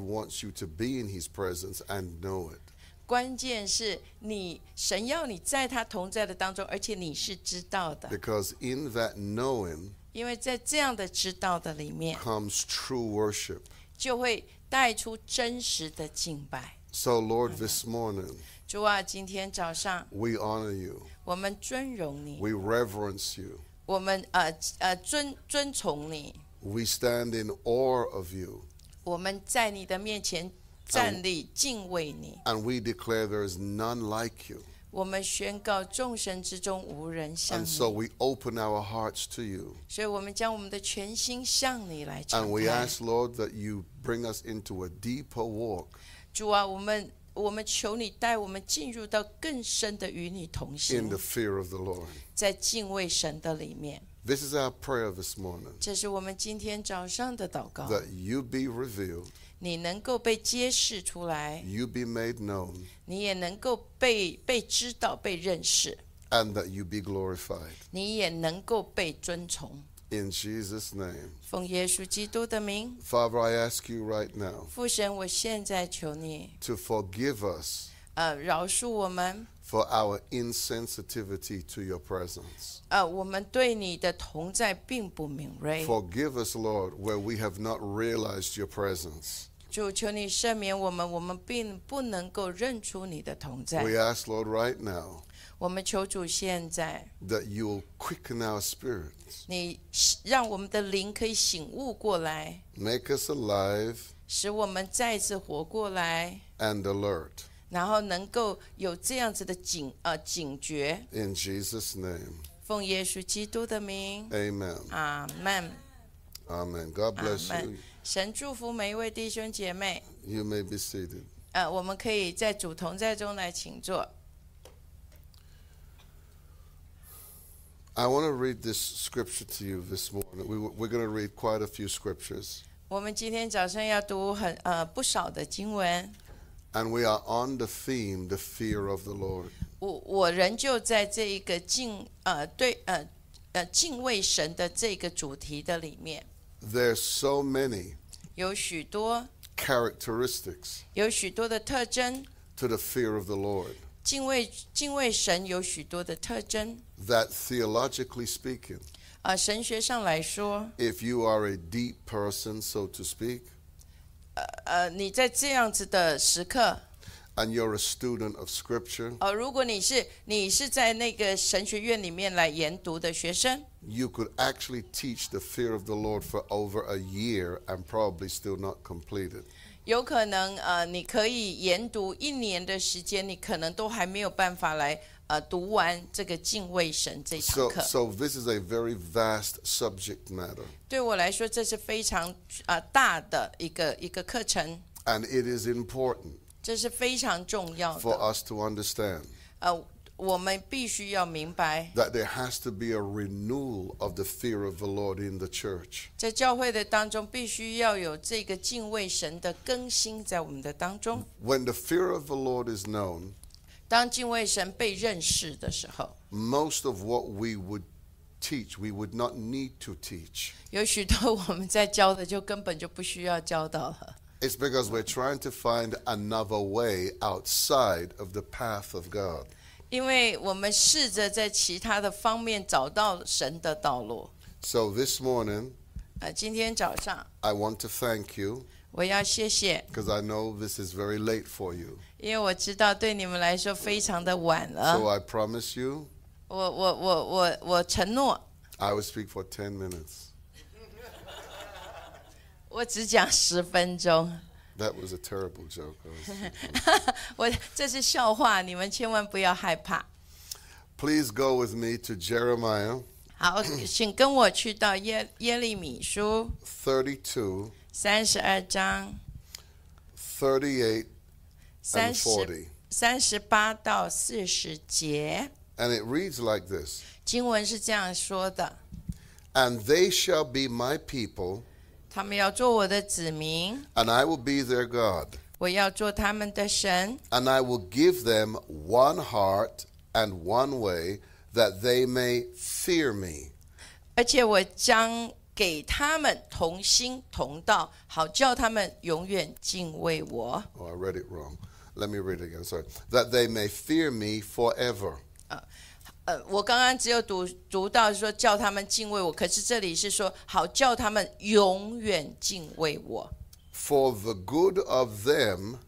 wants you to be in His presence and know it. 关键是你神要你在他同在的当中，而且你是知道的， Because in that knowing 因为在这样的知道的里面， comes true worship. 就会带出真实的敬拜。 So, Lord, this morning 主啊，今天早上 we honor you, 我们尊荣你， we reverence you, 我们呃呃尊尊崇你， we stand in awe of you, 我们在你的面前站立敬畏你。 and we declare there is none like you. 我们宣告众神之中无人像 And 你， so we open our hearts to you. 所以我们将我们的全心向你来敞 And we 开。 ask, Lord, that you bring us into a deeper walk 主啊，我们我们求你带我们进入到更深的与你同 in 行 the，fear of the Lord. 在敬畏神的里面。 This is our prayer this morning 这是我们今天早上的祷告， that you be revealed, 你能够被揭示出来， you be made known, 你也能够被被知道、被认识， and that you be glorified. 你也能够被尊崇。 In Jesus' name. 奉耶稣基督的名， Father, I ask you right now 父神，我现在求你， to forgive us 呃，饶恕我们， for our insensitivity to your presence. 呃，我们对你的同在并不敏锐。 Forgive us, Lord, where we have not realized your presence. 主，求你赦免我们，我们并不能够认出你的同在。 We ask, Lord, right now 我们求主现在， that you will quicken our spirits, 你让我们的灵可以醒悟过来， make us alive 使我们再次活过来， and alert. 然后能够有这样子的警呃警觉。 In Jesus' name, 奉耶稣基督的名， amen. 阿门， Amen. God 阿 bless 门。神祝福每一位弟兄姐妹。 you. You may be seated. 呃，我们可以在主同在中来请坐。 I want to read this scripture to you this morning. We, we're going to read quite a few scriptures. 我们今天早上要读很呃不少的经文， And we are on the theme, the fear of the Lord. 我我仍旧在这一个敬呃对呃呃敬畏神的这个主题的里面， There's so many 有许多 characteristics 有许多的特征， to the fear of the Lord 敬畏敬畏神有许多的特征。 that theologically speaking, 啊、神学上来说， if you are a deep person, so to speak, 呃呃，你在这样子的时刻， and you're a student of scripture, 呃，如果你是你是在那个神学院里面来研读的学生， you could actually teach the fear of the Lord for over a year and probably still not complete it. 有可能呃，你可以研读一年的时间，你可能都还没有办法来呃读完这个敬畏神这堂 So, 课。 so this is a very vast subject matter, 对我来说，这是非常呃大的一个一个课程， and it is important 这是非常重要 for 的。 us to understand 呃，我们必须要明白， that there has to be a renewal of the fear of the Lord in the church. 在教会的当中，必须要有这个敬畏神的更新在我们的当中。 When the fear of the Lord is known, 当敬畏神被认识的时候， most of what we would teach, we would not need to teach. 有许多 我们在教的就根本就不需要教到了。 It's because we're trying to find another way outside of the path of God. 因为我们试着在其他的方面找到神的道路。 So this morning, 呃，今天早上 I want to thank you 我要谢谢， because I know this is very late for you. 因为我知道对你们来说非常的晚 So 了。 I promise you, 我我我我我承诺， I will speak for 10 minutes. 我只讲十分钟。 That was a terrible joke. I was- 我 这是笑话，你们千万不要害怕。 Please go with me to Jeremiah 好，请跟我去到耶耶利米书 32, 三十二章 38, 三 and 十 40. 三十八到四十节， And it reads like this. 经文是这样说的： And they shall be my people, 他们要做我的子民， and I will be their God. 我要做他们的神， And I will give them one heart and one way, that they may fear me, 而且我将给他们同心同道，好叫他们永远敬畏我。 Oh, I read it wrong. Let me read it again. Sorry. That they may fear me forever. 呃，我刚刚只有读读到说叫他们敬畏我，可是这里是说好叫他们永远敬畏我。 for the good of them.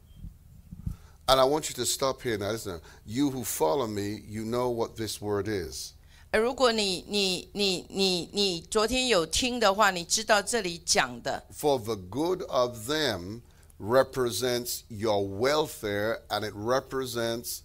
And I want you to stop here now. Listen, you who follow me, you know what this word is. 而呃如果你你你你你昨天有听的话，你知道这里讲的， For the good of them represents your welfare and it represents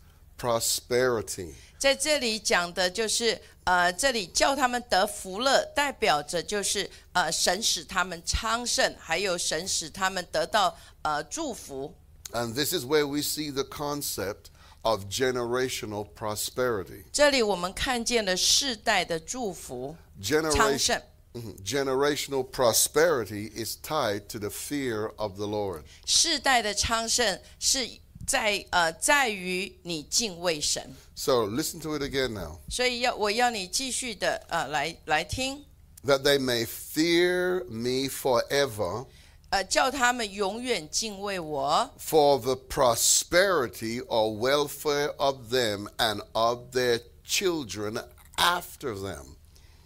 prosperity. 在这里讲的就是呃，这里叫他们得福乐，代表着就是呃，神使他们昌盛，还有神使他们得到呃祝福。 And this is where we see the concept of generational prosperity. 这里我们看见了世代的祝福昌 Generation, 盛， mhm. generational prosperity is tied to the fear of the Lord. 世代的昌盛是在呃在于你敬畏神， So listen to it again now. 所以要我要你继续的呃来来听， that they may fear me forever 呃叫他们永远敬畏我。 for the prosperity or welfare of them and of their children after them.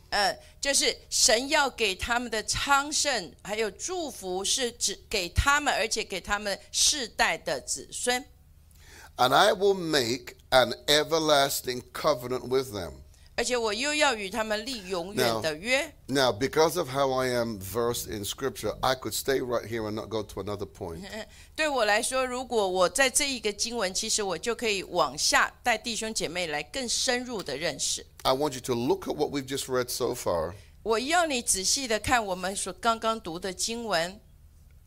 呃，就是神要给他们的昌盛还有祝福，是指给他们，而且给他们世代的子孙。 And I will make an everlasting covenant with them. 而且我又要与他们立永远的约。 Now, because of how I am versed in scripture, I could stay right here and not go to another point. 对我来说，如果我在这一个经文，其实我就可以往下带弟兄姐妹来更深入的认识。 I want you to look at what we've just read so far, 我要你仔细的看我们所刚刚读的经文，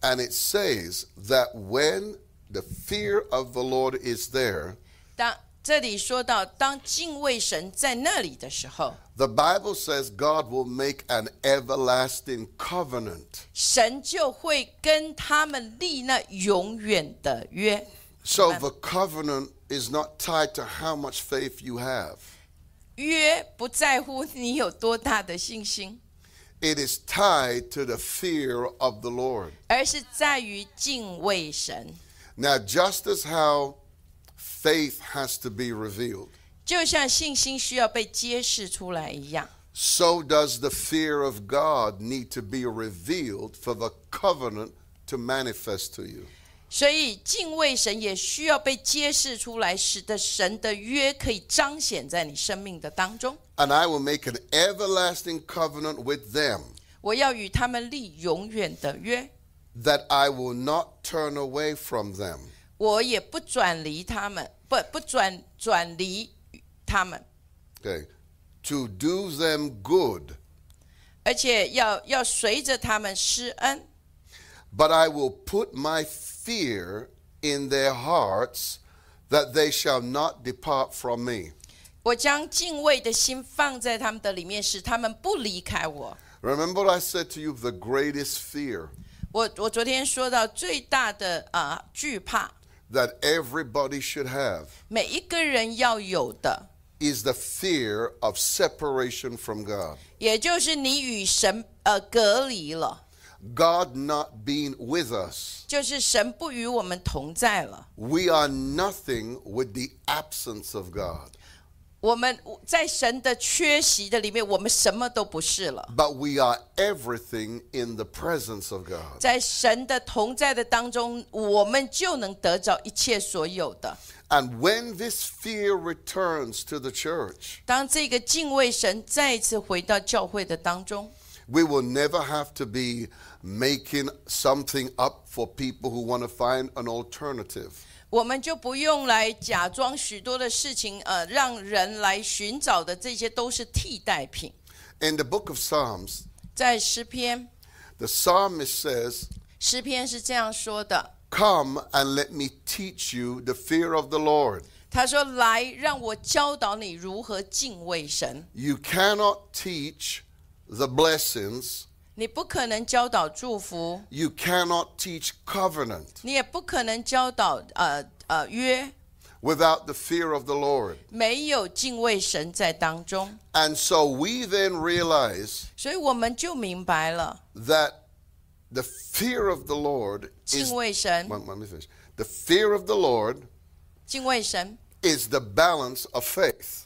and it says that when the fear of the Lord is there, 当这里说到当敬畏神在那里的时候， The Bible says God will make an everlasting covenant. 神就会跟他们立那永远的约。 So the covenant is not tied to how much faith you have, 约不在乎你有多大的信心， it is tied to the fear of the Lord. 而是在于敬畏神。 Now, just as how faith has to be revealed, 就像信心需要被揭示出来一样， so does the fear of God need to be revealed for the covenant to manifest to you. 所以敬畏神也需要被揭示出来，使得神的约可以彰显在你生命的当中。 And I will make an everlasting covenant with them. 我要与他们立永远的约， that I will not turn away from them. 我也不转离他们，不不转转离他们， Okay. To do them good, 而且要要随着他们施恩。 but I will put my fear in their hearts that they shall not depart from me. 我将敬畏的心放在他们的里面，使他们不离开我。 Remember what I said to you the greatest fear 我我昨天说到最大的啊、呃惧怕， that everybody should have 每一个人要有的， is the fear of separation from God. 也就是你与神呃隔离了， God not being with us. 就是神不与我们同在了。 We are nothing with the absence of God, 我们在神的缺席的里面，我们什么都不是了。 but we are everything in the presence of God. 在神的同在的当中，我们就能得着一切所有的。 And when this fear returns to the church, 当这个敬畏神再一次回到教会的当中， we will never have to be making something up for people who want to find an alternative. 我们就不用来假装许多的事情，呃，让人来寻找的这些都是替代品。 In the book of Psalms, 在诗篇， the psalmist says, 诗篇是这样说的： Come and let me teach you the fear of the Lord. 他说：“来，让我教导你如何敬畏神。 You cannot teach the blessings, 你不可能教导祝福， you cannot teach covenant. 你也不可能教导呃呃约， without the fear of the Lord. 没有敬畏神在当中， And so we then realize 所以我们就明白了 that the fear of the Lord 敬 is. 畏神， Let let me finish. The fear of the Lord 敬畏神， is the balance of faith.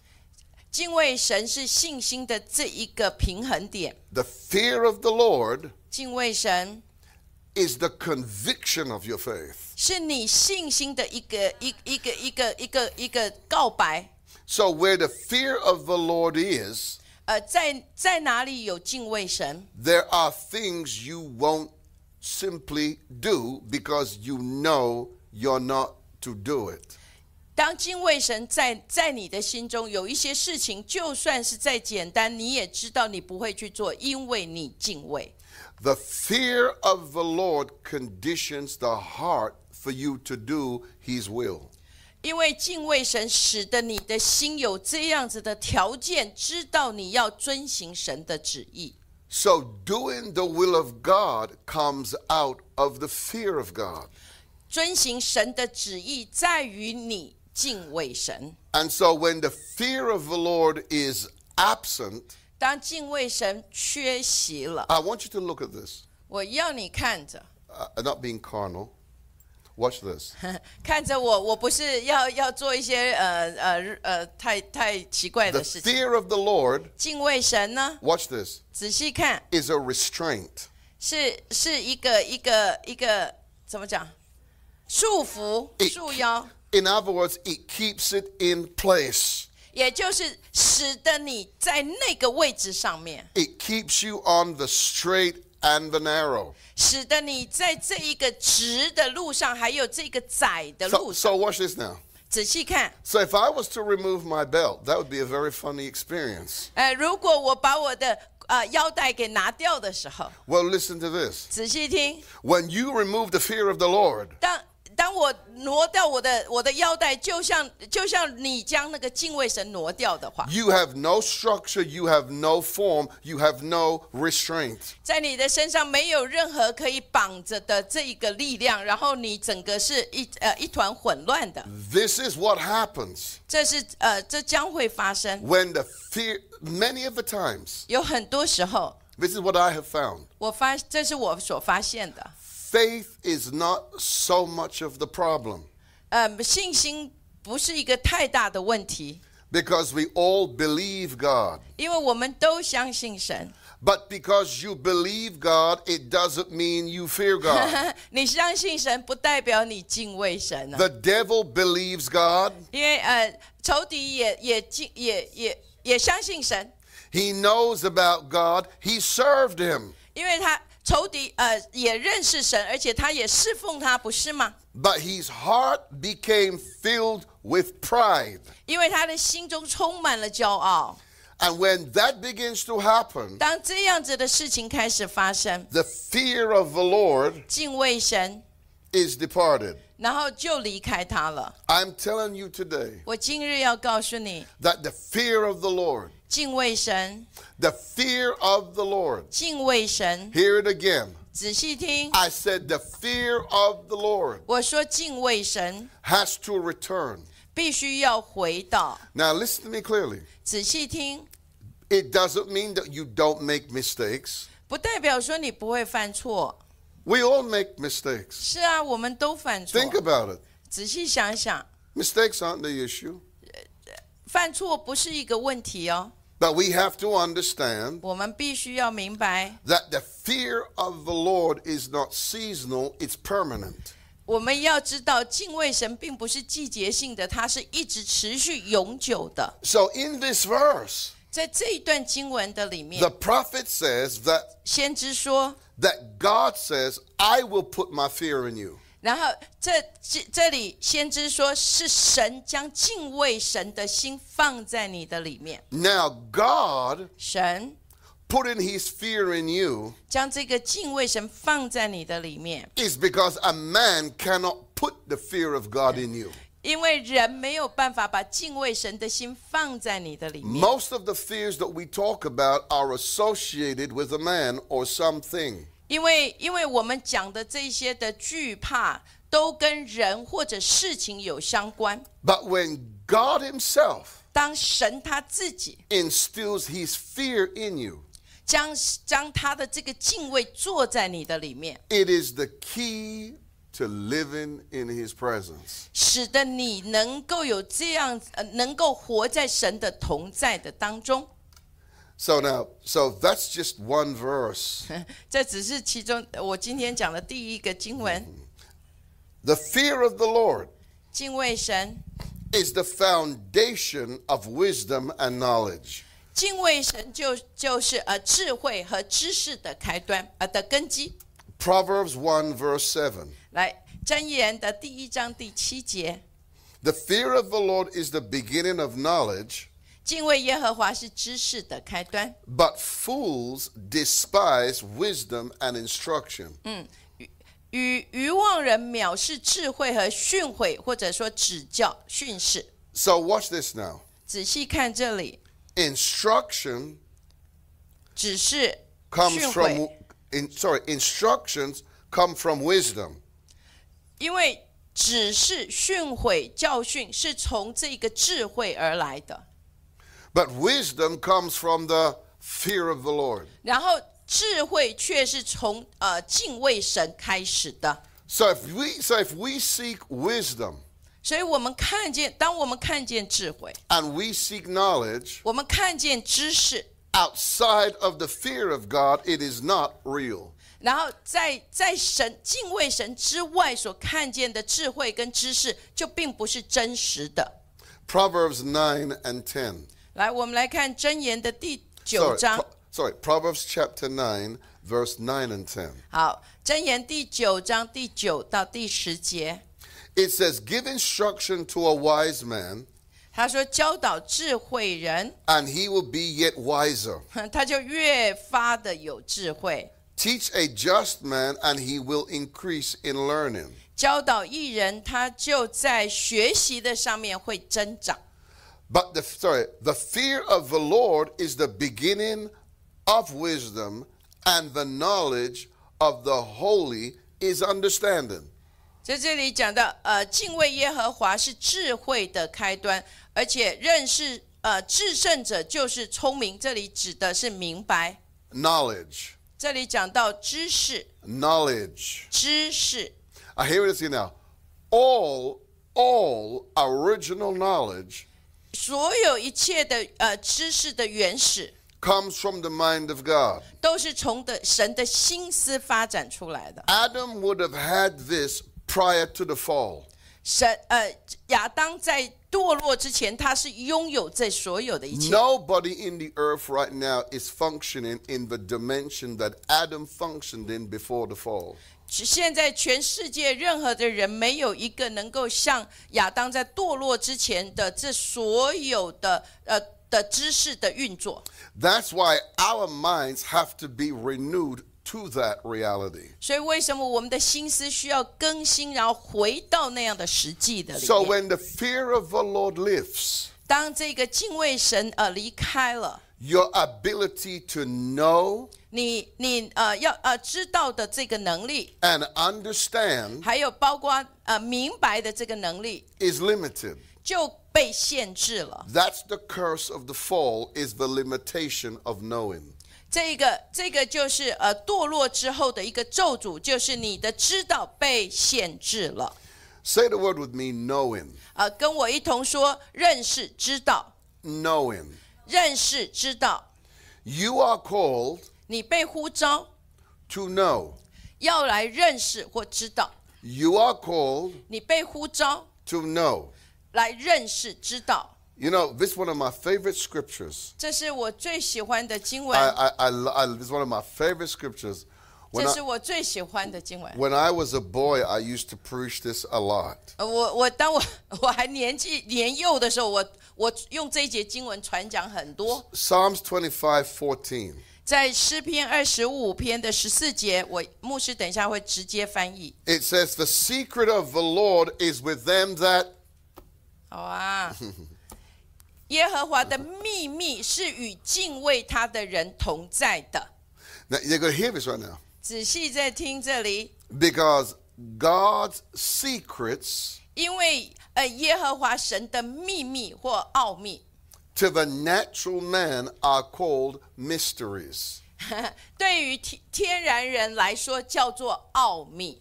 敬畏神是信心的这一个平衡点。 The fear of the Lord 敬畏神 is the conviction of your faith. 是你信心的一个一一个一个一个一个告白。 So where the fear of the Lord is, 呃，在在哪里有敬畏神？ there are things you won't simply do because you know you're not to do it. 当敬畏神在在你的心中，有一些事情，就算是再简单，你也知道你不会去做，因为你敬畏。 The fear of the Lord conditions the heart for you to do his will. 因为敬畏神，使得你的心有这样子的条件，知道你要遵行神的旨意。 So doing the will of God comes out of the fear of God. 遵行神的旨意，在于你敬畏神。 And so when the fear of the Lord is absent, 当敬畏神缺席了， I want you to look at this. 我要你看着， Uh, not being carnal. Watch this. 看着我，我不是要要做一些呃呃呃太太奇怪 The 的事情。 fear of the Lord, 敬畏神呢， watch this, 仔细看， is a restraint. 是是一个一个一个怎么讲？束缚、 It- 束腰， In other words, it keeps it in place. 也就是使得你在那个位置上面， It keeps you on the straight and the narrow. 使得你在这一个直的路上，还有这个窄的 So, 路上。 so watch this now. 仔细看， So if I was to remove my belt, that would be a very funny experience. 呃，如果我把我的呃腰带给拿掉的时候， Well, listen to this. 仔细听， When you remove the fear of the Lord, 当当我挪掉我的我的腰带，就像就像你将那个敬畏神挪掉的话， you have no structure, you have no form, you have no restraint. 在你的身上没有任何可以绑着的这一个力量，然后你整个是一呃一团混乱的， This is what happens 这是呃这将会发生。 when the fear, many of the times, 有很多时候， this is what I have found. 我发这是我所发现的， Faith is not so much of the problem 呃，信心不是一个太大的问题， because we all believe God. 因为我们都相信神。 But because you believe God, it doesn't mean you fear God. 你相信神，不代表你敬畏神啊。 the devil believes God. 因为呃，仇敌也也敬也也也相信神， He knows about God. He served him. 因为他仇敌呃也认识神，而且他也侍奉他，不是吗？ But his heart became filled with pride. 因为他的心中充满了骄傲。 And when that begins to happen, 当这样子的事情开始发生， the fear of the Lord 敬畏神， is departed. 然后就离开他了。 I'm telling you today 我今日要告诉你， that the fear of the Lord, 敬畏神， the fear of the Lord, 敬畏神， hear it again. 仔细听。 I said the fear of the Lord 我说敬畏神 has to return. 必须要回到， Now listen to me clearly. 仔细听。 It doesn't mean that you don't make mistakes. 不代表说你不会犯错。 We all make mistakes. 是啊，我们都犯错。 Think about it. 仔细想想， Mistakes aren't the issue. 犯错不是一个问题哦。 But we have to understand 我们必须要明白， that the fear of the Lord is not seasonal, it's permanent. 我们要知道敬畏神并不是季节性的，它是一直持续永久的。 So in this verse, 在这一段经文的里 the 面， prophet says that 先知说， that God says, "I will put my fear in you." 然后这这这里先知说是神将敬畏神的心放在你的里面， Now God 神 putting his fear in you 将这个敬畏神放在你的里面。 is because a man cannot put the fear of God in you. 因为人没有办法把敬畏神的心放在你的里面。 Most of the fears that we talk about are associated with a man or something. 因为因为我们讲的这些的惧怕，都跟人或者事情有相关。 But when God Himself 当神他自己 instills His fear in you, 将将他的这个敬畏坐在你的里面， it is the key to living in His presence. 使得你能够有这样呃，能够活在神的同在的当中。 So now, so that's just one verse. 这只是其中呃我今天讲的第一个经文， The fear of the Lord 敬畏神， is the foundation of wisdom and knowledge. 敬畏神就就是呃智慧和知识的开端呃的根基。 Proverbs 1, verse 7. 来，箴言的第一章第七节， The fear of the Lord is the beginning of knowledge, 敬畏耶和华是知识的开端。 but fools despise wisdom and instruction. 与愚妄人藐视智慧和训诲，或者说指教、训示。 So watch this now. 仔细看这里， Instruction 只是 comes 训 from 诲， in, sorry, instructions come from wisdom. 因为只是训诲、教训是从这个智慧而来的， But wisdom comes from the fear of the Lord. 然后智慧却是从呃敬畏神开始的。 So if we so if we seek wisdom 所以，我们看见，当我们看见智慧， and we seek knowledge 我们看见知识， outside of the fear of God, it is not real. 然后在在神敬畏神之外所看见的智慧跟知识，就并不是真实的。 Proverbs 9 and 10. 来，我们来看箴言的第九 Sorry, 章。 Pro- sorry, Proverbs chapter 9, verse 9 and 10. 好，箴言第九章第九到第十节， It says, Give instruction to a wise man, 他说教导智慧人， and he will be yet wiser. 哼他就越发的有智慧； Teach a just man, and he will increase in learning. 教导一人，他就在学习的上面会增长。 But the sorry, the fear of the Lord is the beginning of wisdom, and the knowledge of the holy is understanding. 在这里讲到，呃，敬畏耶和华是智慧的开端，而且认识呃至圣者就是聪明。这里指的是明白。 Knowledge. 这里讲到知识， Knowledge. 知识 I hear it here now. All, all original knowledge 所有一切的呃知识的原始， comes from the mind of God. 都是从的神的心思发展出来的。 Adam would have had this prior to the fall. 神呃，亚当在堕落之前，他是拥有这所有的一切。 Nobody in the earth right now is functioning in the dimension that Adam functioned in before the fall. 现在全世界任何的人，没有一个能够像亚当在堕落之前的这所有的呃的知识的运作。 That's why our minds have to be renewed to that reality. 所以，为什么我们的心思需要更新，然后回到那样的实际的里 So 面？ when the fear of the Lord lifts, 当这个敬畏神呃离开了。 your ability to know 你你呃要呃知道的这个能力， and understand 还有包括呃明白的这个能力 is limited. 就被限制了。 That's the curse of the fall is the limitation of knowing. 这个这个就是呃堕落之后的一个咒诅，就是你的知道被限制了。 Say the word with me knowing. 呃，跟我一同说，认识知道， Knowing. 认识知道， You are called 你被呼召 to know. 要来认识或知道， You are called 你被呼召 to know. 来认识知道， You know, this is one of my favorite scriptures. 这是我最喜欢的经文， I, I, I, lo- I, this is one of my favorite scriptures. When 这是 I, 我最喜欢的经文。 when I was a boy, I used to preach this a lot. 呃，我我当我我还年纪年幼的时候，我我用这一节经文传讲很多， Psalms 25, 14. 在诗篇二十五篇的十四节，我牧师等一下会直接翻译。 It says, The secret of the Lord is with them that 好啊，耶和华的秘密是与敬畏他的人同在的。 Now, you're going to hear this right now. 仔细在听这里， Because God's secrets 因为呃耶和华神的秘密或奥秘， to the natural man are called mysteries. 对于天天然人来说叫做奥秘。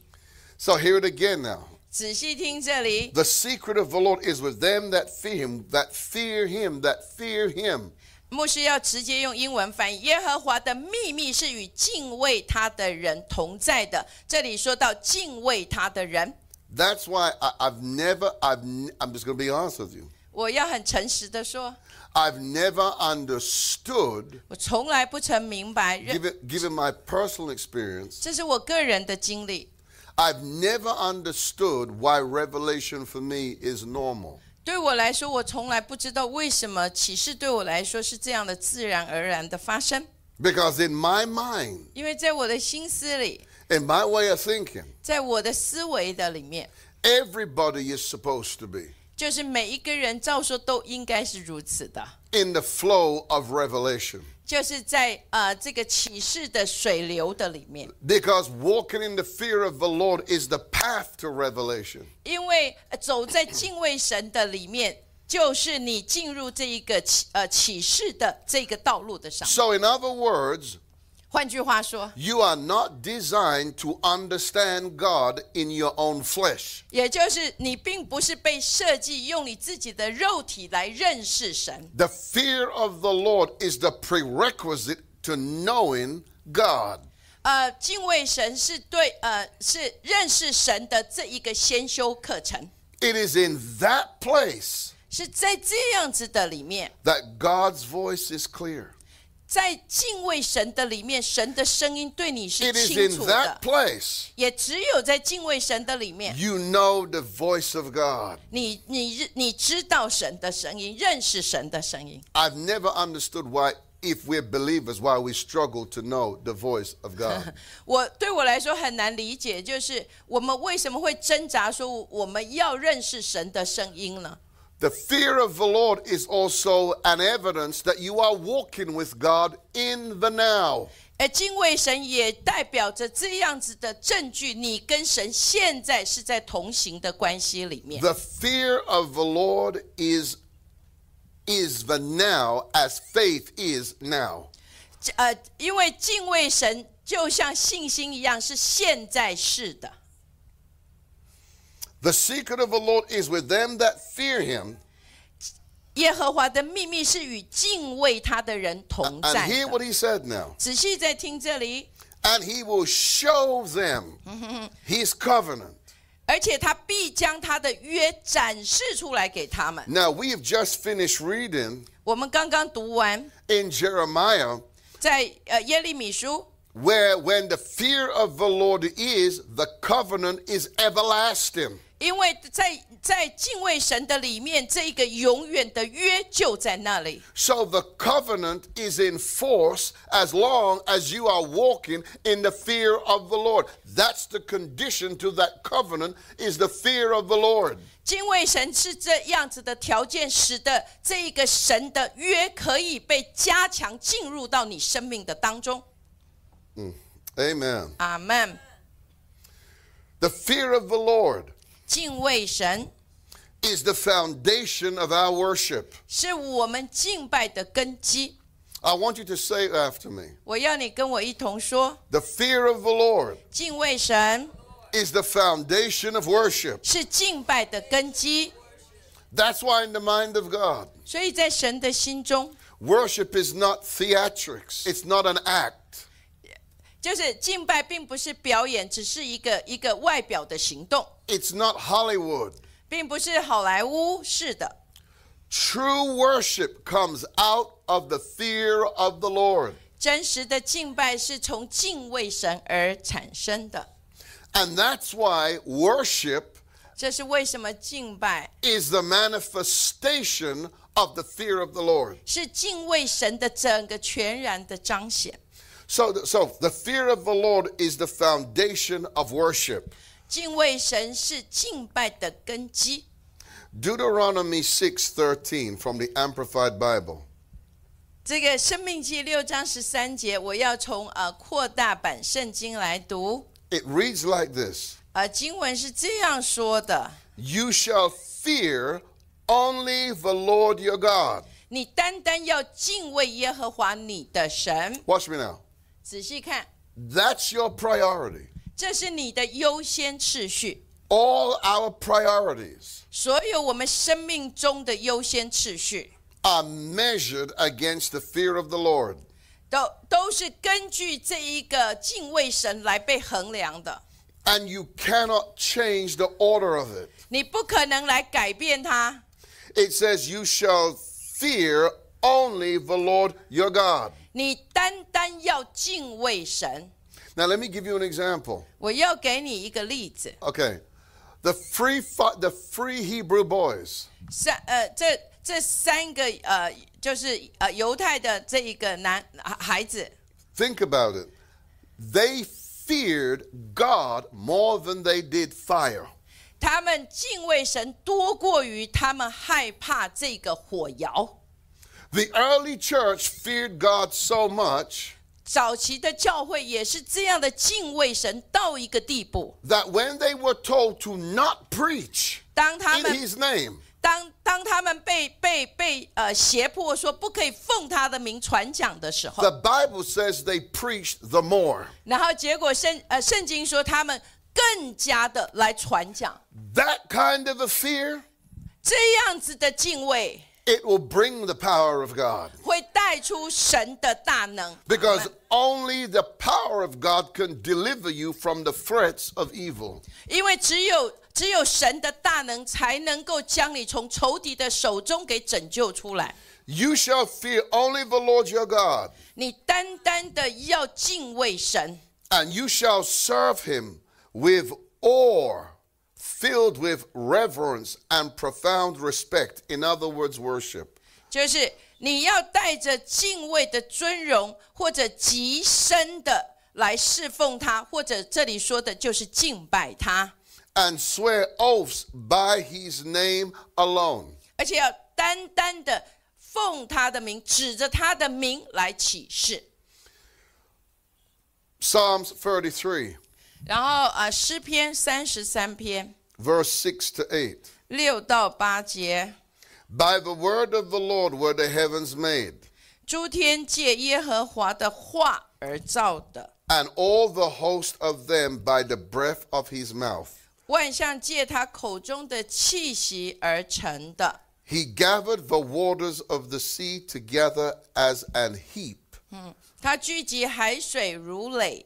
So hear it again now. 仔细听这里， The secret of the Lord is with them that fear him, that fear him, that fear him. 牧师要直接用英文翻译：耶和华的秘密是与敬畏他的人同在的。这里说到敬畏他的人， That's why I, I've never, I've, n- I'm just going to be honest with you. 我要很诚实的说， I've never understood, 我从来不曾明白任， given, given my personal experience, 这是我个人的经历。 I've never understood why revelation for me is normal. 对我来说，我从来不知道为什么启示对我来说是这样的自然而然的发生， Because in my mind, 因为在我的心思里， in my way of thinking, 在我的思维的里面， everybody is supposed to be 就是每一个人照说都应该是如此的， in the flow of revelation. 就是在呃这个启示的水流的里面， Because walking in the fear of the Lord is the path to revelation. 因为呃走在敬畏神的里面，就是你进入这一个启呃启示的这个道路的上。 So, in other words, 换句话说， you are not designed to understand God in your own flesh. 也就是你并不是被设计用你自己的肉体来认识神， The fear of the Lord is the prerequisite to knowing God. 呃，敬畏神是对呃是认识神的这一个先修课程， It is in that place 是在这样子的里面， that God's voice is clear. 在敬畏神的里面，神的声音对你是 It is 清楚 in 的 that，place 也只有在敬畏神的里面， you know the voice of God. 你你你知道神的声音，认识神的声音。 I've never understood why, if we're believers, why we struggle to know the voice of God. 我对我来说很难理解，就是我们为什么会挣扎说我们要认识神的声音呢？ the fear of the Lord is also an evidence that you are walking with God in the now. 而敬畏神也代表着这样子的证据，你跟神现在是在同行的关系里面。 The fear of the Lord is is the now as faith is now. 呃，因为敬畏神就像信心一样，是现在式的。 The secret of the Lord is with them that fear him. 耶和华的秘密是与敬畏他的人同啊 And 在 hear 的 what he said now. 仔细在听这里， And he will show them his covenant. 而且他必将他的约展示出来给他们。 Now we have just finished reading 我们刚刚读完， in Jeremiah 在呃耶利米书， where when the fear of the Lord is, the covenant is everlasting. 因为在在敬畏神的里面，这一个永远的约就在那里。 So the covenant is in force as long as you are walking in the fear of the Lord. That's the condition to that covenant is the fear of the Lord. 敬畏神是这样子的条件，使得这一个神的约可以被加强进入到你生命的当中。 Amen. 阿门。 The fear of the Lord 敬畏神 is the foundation of our worship. 是我们敬拜的根基。 I want you to say it after me. 我要你跟我一同说， The fear of the Lord 敬畏神 is the foundation of worship. 是敬拜的根基。 That's why in the mind of God, 所以在神的心中， Worship is not theatrics. It's not an act. 就是敬拜并不是表演，只是一个一个外表的行动， It's not Hollywood. 并不是好莱坞式的。 True worship comes out of the fear of the Lord. 真实的敬拜是从敬畏神而产生的， And that's why worship 这是为什么敬拜 is the manifestation of the fear of the Lord. 是敬畏神的整个全然的彰显。 So, the, so the fear of the Lord is the foundation of worship. 敬畏神是敬拜的根基。 Deuteronomy 6:13 from the Amplified Bible. 这个《生命记》六章十三节，我要从呃扩大版圣经来读， It reads like this. 呃，经文是这样说的： You shall fear only the Lord your God. 你单单要敬畏耶和华你的神。 Watch me now. 仔细看， That's your priority. 这是你的优先次序， All our priorities 所有我们生命中的优先次序， are measured against the fear of the Lord. 都都是根据这一个敬畏神来被衡量的。 And you cannot change the order of it. 你不可能来改变它。 It says, You shall fear only the Lord your God. 你单单要敬畏神。 Now, let me give you an example. 我要给你一个例子， Okay. The free, fi- the free Hebrew boys, 三呃，这这三个呃，就是呃犹太的这一个男啊孩子， think about it. They feared God more than they did fire. 他们敬畏神多过于他们害怕这个火窑。 The early church feared God so much 早期的教会也是这样的敬畏神到一个地步， that when they were told to not preach 当他 in 们 his name, 当当他们被被被呃胁迫说不可以奉他的名传讲的时候， the Bible says they preached the more. 然后结果圣呃圣经说他们更加的来传讲， That kind of a fear, 这样子的敬畏 it will bring the power of God. 会带出神的大能。 Because only the power of God can deliver you from the threats of evil. 因为只有只有神的大能才能够将你从仇敌的手中给拯救出来。 You shall fear only the Lord your God, 你单单的要敬畏神， and you shall serve him with awe, filled with reverence and profound respect. In other words, worship. 就是你要带着敬畏的尊荣或者极深的来侍奉他，或者这里说的就是敬拜他， And swear oaths by his name alone. 而且要单单的奉他的名，指着他的名来起誓。 Psalms 33, 然后啊，呃诗篇三十三篇 verse 6 to 8. 六到八节， By the word of the Lord were the heavens made. 诸天借耶和华的话而造的， and all the host of them by the breath of his mouth. 万象借他口中的气息而成的。 He gathered the waters of the sea together as an heap. 嗯，他聚集海水如垒，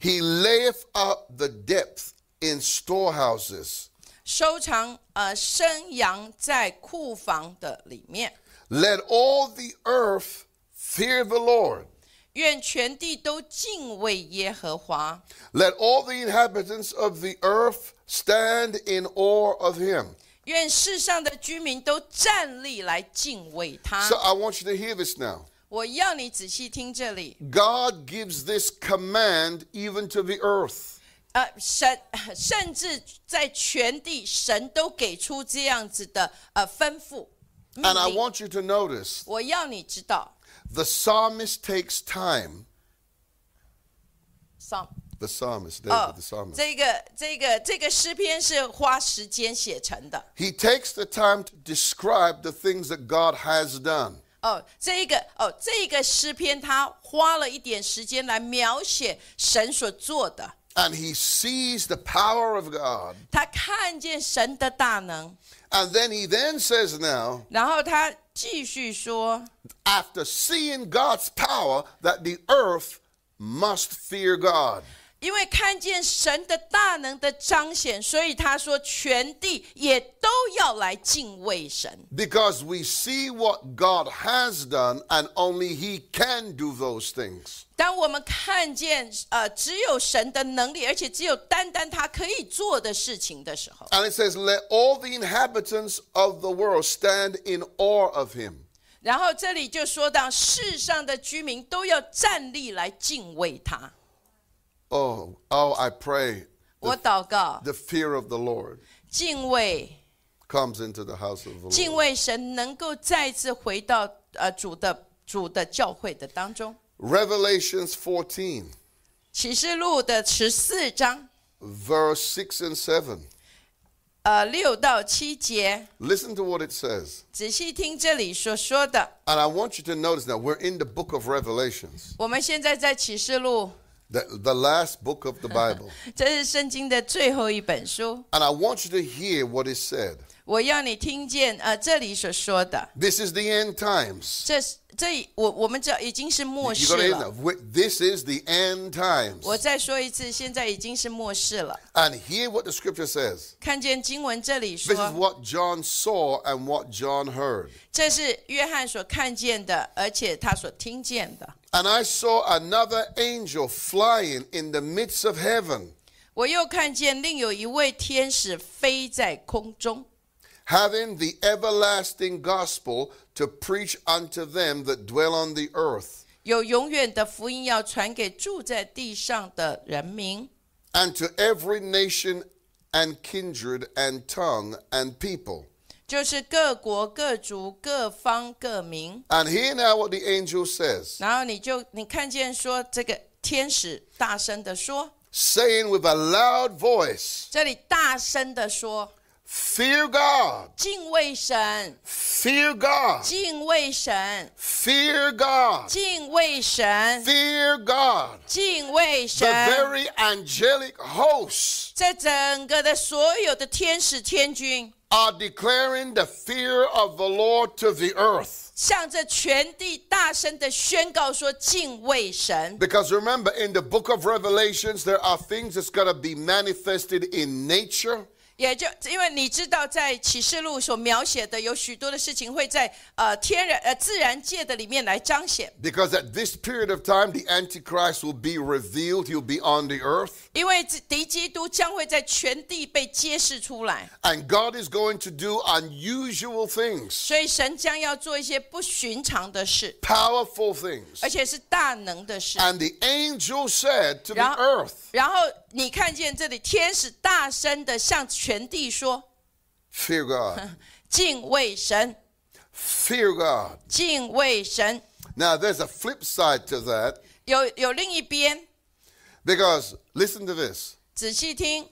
He layeth up the depth in storehouses. 收藏呃生羊在库房的里面。 Let all the earth fear the Lord. 愿全地都敬畏耶和华， Let all the inhabitants of the earth stand in awe of him. 愿世上的居民都站立来敬畏他 So。I want you to hear this now. 我要你仔细听这里。 God gives this command even to the earth. 呃，神 甚至在全地，神都给出这样子的呃吩咐命 And I 令。 want you to notice 我要你知道 The psalmist takes time. ，some The psalmist, David, 哦 the psalmist. 这个这个这个诗篇是花时间写成的 He takes the time to describe the things that God has done. 哦。这一个哦，这一个诗篇他花了一点时间来描写神所做的， And he sees the power of God. 他看见神的大能， And then he then says now, 然后他继续说， after seeing God's power, that the earth must fear God. 因为看见神的大能的彰显，所以他说全地也都要来敬畏神， Because we see what God has done and only he can do those things. 当我们看见呃只有神的能力，而且只有单单他可以做的事情的时候， And it says, let all the inhabitants of the world stand in awe of him. 然后这里就说到世上的居民都要站立来敬畏他。 Oh, oh, I pray 我祷告， the fear of the Lord 敬畏 comes into the house of the 敬 Lord. 畏神，能够再次回到呃主的主的教会的当中。 Revelations 14, 启示录的十四章。 verse 6 and 7. 呃六到七节， Listen to what it says. 仔细听这里所说的。 And I want you to notice now, we're in the book of Revelations, 我们现在在启示录， the, the last book of the Bible. 这是圣经的最后一本书。 and I want you to hear what is said. 我要你听见呃这里所说的， This is the end times. 这是这我我们这已经是末 You 世 got to hear 了 that.。Wi- This is the end times. 我再说一次，现在已经是末世了。 And hear what the scripture says. 看见经文这里 This is 说， what John saw and what John heard. 这是约翰所看见的，而且他所听见的。 And I saw another angel flying in the midst of heaven, 我又看见另有一位天使飞在空中， having the everlasting gospel to preach unto them that dwell on the earth, 有永远的福音要传给住在地上的人民， and to every nation and kindred and tongue and people. 就是各国各族各方各民。 And hear now what the angel says, 然后你就你看见说这个天使大声的说， saying with a loud voice, 这里大声的说， Fear God, 敬畏神， fear God, 敬畏神， fear God, 敬畏神， fear God. 敬畏 The 神。 very angelic hosts 在整个的所有的天使天君， are declaring the fear of the Lord to the earth. 向着全地大声的宣告说：敬畏神。 Because remember, in the book of Revelations, there are things that's going to be manifested in nature, 也就因为你知道，在启示录所描写的有许多的事情会在呃天然呃自然界的里面来彰显， because at this period of time, the Antichrist will be revealed, he'll be on the earth. 因为这敌基督将会在全地被揭示出来， And God is going to do unusual things, 所以神将要做一些不寻常的事， powerful things. 而且是大能的事。 And the angel said to Yeah. the earth, 然后你看见这里天使大声的向全地说： Fear God, 敬畏神。 fear God. 敬畏神。 Now, there's a flip side to that 有有另一边， because listen to this. 仔细听，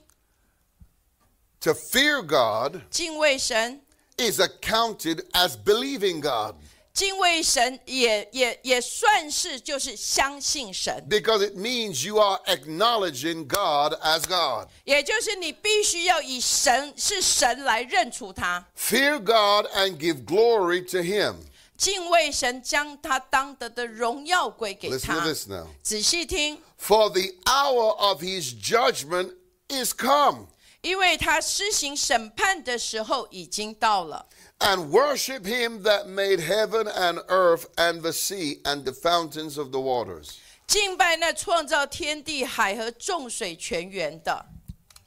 To fear God 敬畏神， is accounted as believing God 敬畏神也也也算是就是相信神， because it means you are acknowledging God as God. 也就是你必须要以神是神来认出他， Fear God and give glory to Him. 敬畏神将他当得的荣耀归给 Listen to 他。 this now. 仔细听， For the hour of His judgment is come, 因为他施行审判的时候已经到了。 and worship Him that made heaven and earth and the sea and the fountains of the waters. 敬拜那创造天地海和众水泉源的，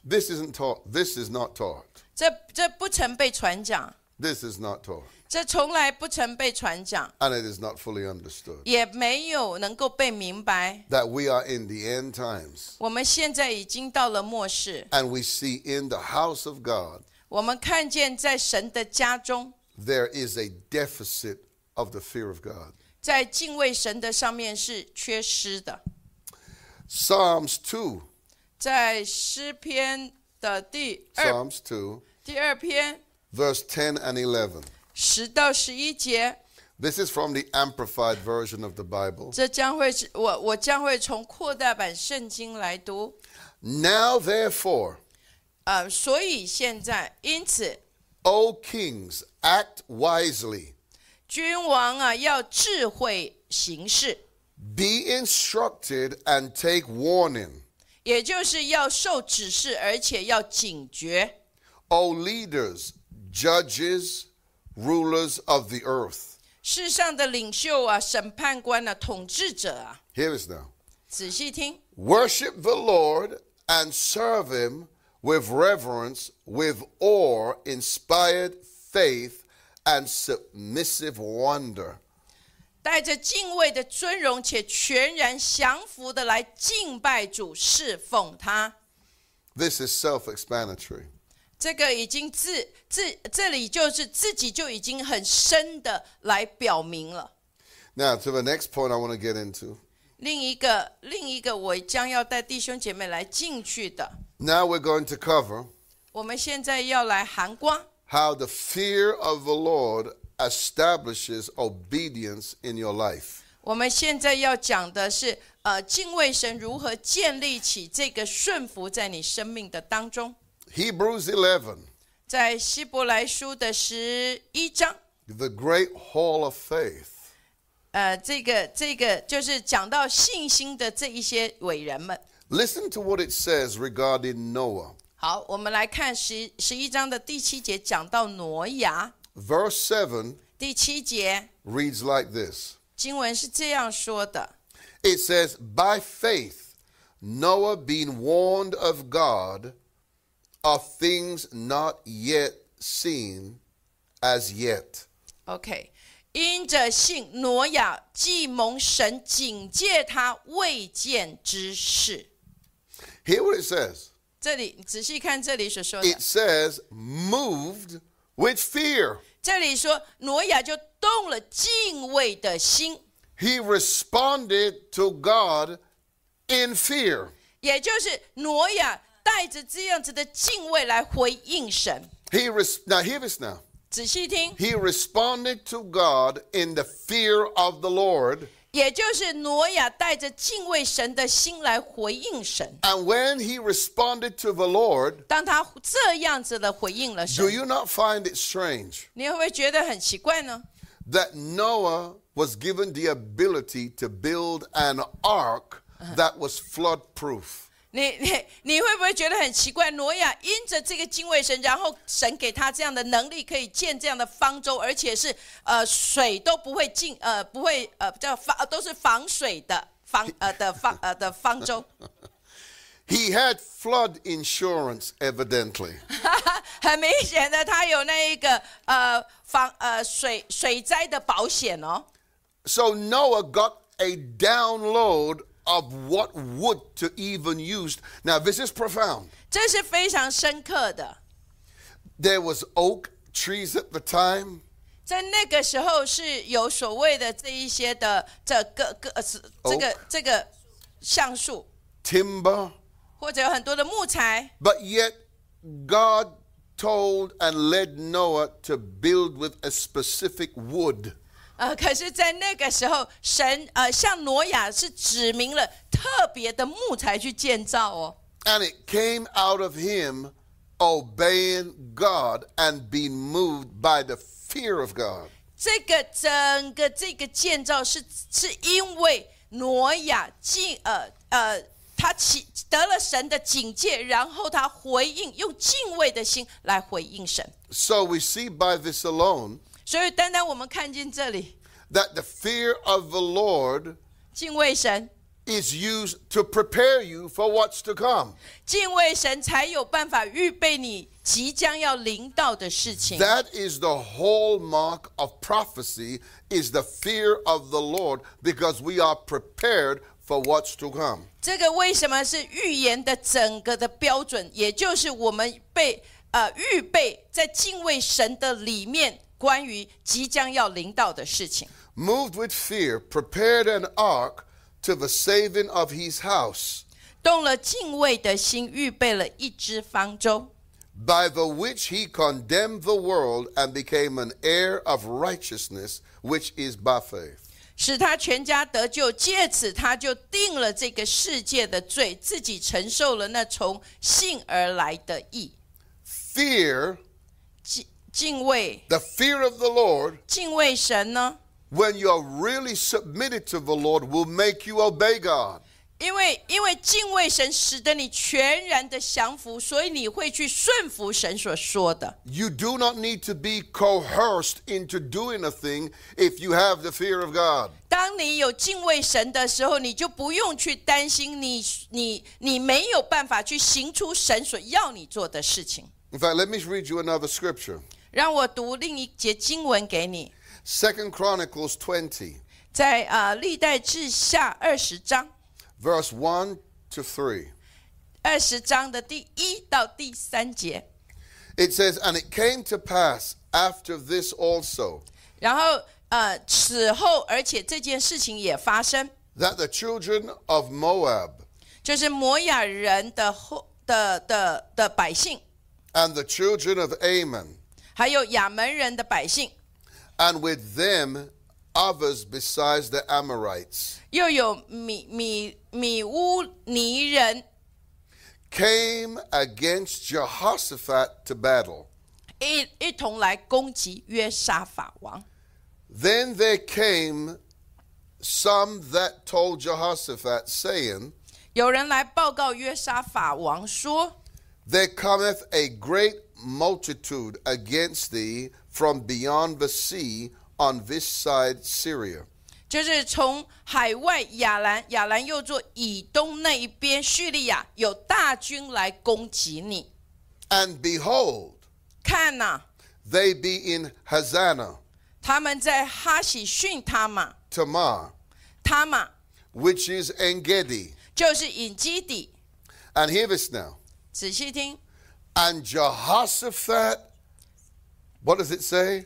This isn't taught. This is not taught. 这这不曾被传讲。 This is not taught. 这从来不曾被传讲， And it is not fully understood 也没有能够被明白。 that we are in the end times. 我们现在已经到了末世， And we see in the house of God, 我们看见在神的家中， there is a deficit of the fear of God. 在敬畏神的上面是缺失的。 Psalms 2, 在诗篇的第二 Psalms 2, 第二篇 verse 10 and 11. 十到十一节， This is from the Amplified version of the Bible. 这将会是我我将会从扩大版圣经来读。 Now, therefore, 呃，所以现在，因此， O kings, act wisely, 君王啊要智慧行事。 be instructed, and take warning. 也就是要受指示，而且要警觉。 O leaders, judges, rulers of the earth. 世上的领袖啊、审判官啊、统治者啊， Here is now. 仔细听， Worship the Lord and serve him with reverence, with awe, inspired faith, and submissive wonder. 带着敬畏的尊荣且全然降服的来敬拜主、侍奉他。 This is self explanatory. 这个已经自自这里就是自己就已经很深的来表明了。 Now, to the next point I want to get into. 另一个另一个，我将要带弟兄姐妹来进去的， Now we're going to cover 我们现在要来含瓜， how the fear of the Lord establishes obedience in your life. 我们现在要讲的是，呃，敬畏神如何建立起这个顺服在你生命的当中。 Hebrews 11, 在希伯来书的十一章， the great hall of faith. 呃，这个这个就是讲到信心的这一些伟人们。 Listen to what it says regarding Noah. 好，我们来看十十一章的第七节，讲到挪亚。 Verse 7第七节 reads like this. 经文是这样说的： It says, By faith, Noah being warned of God of things not yet seen as yet. OK，因着信，挪亚既蒙神警戒他未见之事。 Hear what it says. 这里你仔细看这里所说 It 的， says, moved with fear. 这里说挪亚就动了敬畏的心， He responded to God in fear. 也就是挪亚带着这样子的敬畏来回应神。 He res- now hear this now. 仔细听， He responded to God in the fear of the Lord. 也就是挪亚带着敬畏神的心来回应神。 And when he responded to the Lord, 当他这样子的回应了 do 神， you not find it strange 你会不会觉得很奇怪呢？ that Noah was given the ability to build an ark that was flood proof? 你 你你会不会觉得很奇怪？挪亚因着这个敬畏神，然后神给他这样的能力，可以建这样的方舟，而且是呃水都不会进呃不会呃叫防呃都是防水的防呃的方呃的方舟， He had flood insurance, evidently. 很明显的他有那一个呃防呃水水灾的保险哦。 So Noah got a download of what wood to even use. Now, this is profound. 这是非常深刻的。 There was oak trees at the time. 在那个时候是有所谓的这一些的这个个呃是这个 Oak 这个橡树， timber. 或者有很多的木材， But yet, God told and led Noah to build with a specific wood. 呃，可是，在那个时候，神呃向挪亚是指明了特别的木材去建造哦， And it came out of him obeying God and being moved by the fear of God. 这个整个这个建造是是因为挪亚敬呃呃他起得了神的警戒，然后他回应用敬畏的心来回应神， So we see by this alone 所以单单我们看见这里。 that the fear of the Lord 敬畏神， is used to prepare you for what's to come. 敬畏神才有办法预备你即将要临到的事情。 That is the hallmark of prophecy is the fear of the Lord because we are prepared for what's to come. 这个为什么是预言的整个的标准？也就是我们被呃预备在敬畏神的里面，关于即将要临到的事情。 Moved with fear, prepared an ark to the saving of his house, 动了敬畏的心，预备了一只方舟， by the which he condemned the world and became an heir of righteousness, which is by faith. 使他全家得救。借此，他就定了这个世界的罪，自己承受了那从信而来的义。 Fear, 敬敬畏 the fear of the Lord, 敬畏神呢？ when you're really submitted to the Lord, will make you obey God. 因为因为敬畏神，使得你全然的降服，所以你会去顺服神所说的。 You do not need to be coerced into doing a thing if you have the fear of God. 当你有敬畏神的时候，你就不用去担心你你你没有办法去行出神所要你做的事情。 In fact, let me read you another scripture. 让我读另一节经文给你， Second Chronicles 20, 在啊、呃历代志下二十章 verse 1 to 3. 二十章的第一到第三节。 It says, And it came to pass after this also 然后呃，此后，而且这件事情也发生， that the children of Moab 就是摩雅人的后的的的百姓， and the children of Ammon, 还有亚门人的百姓， and with them others besides the Amorites, 又有米米米乌尼人 came against Jehoshaphat to battle. 一一同来攻击约沙法王。 Then there came some that told Jehoshaphat, saying, 有人来报告约沙法王说 There cometh a great multitude against thee from beyond the sea on this side Syria.：“ 就是从海外亚兰，亚兰又作以东那一边叙利亚，有大军来攻击你。 And behold, 看呐、 they be in Hazanah, 他们在哈喜逊他玛， Tamar, 他玛 which is Engedi. 就是隐基底。 And hear this now. 仔细听， And Jehoshaphat, what does it say?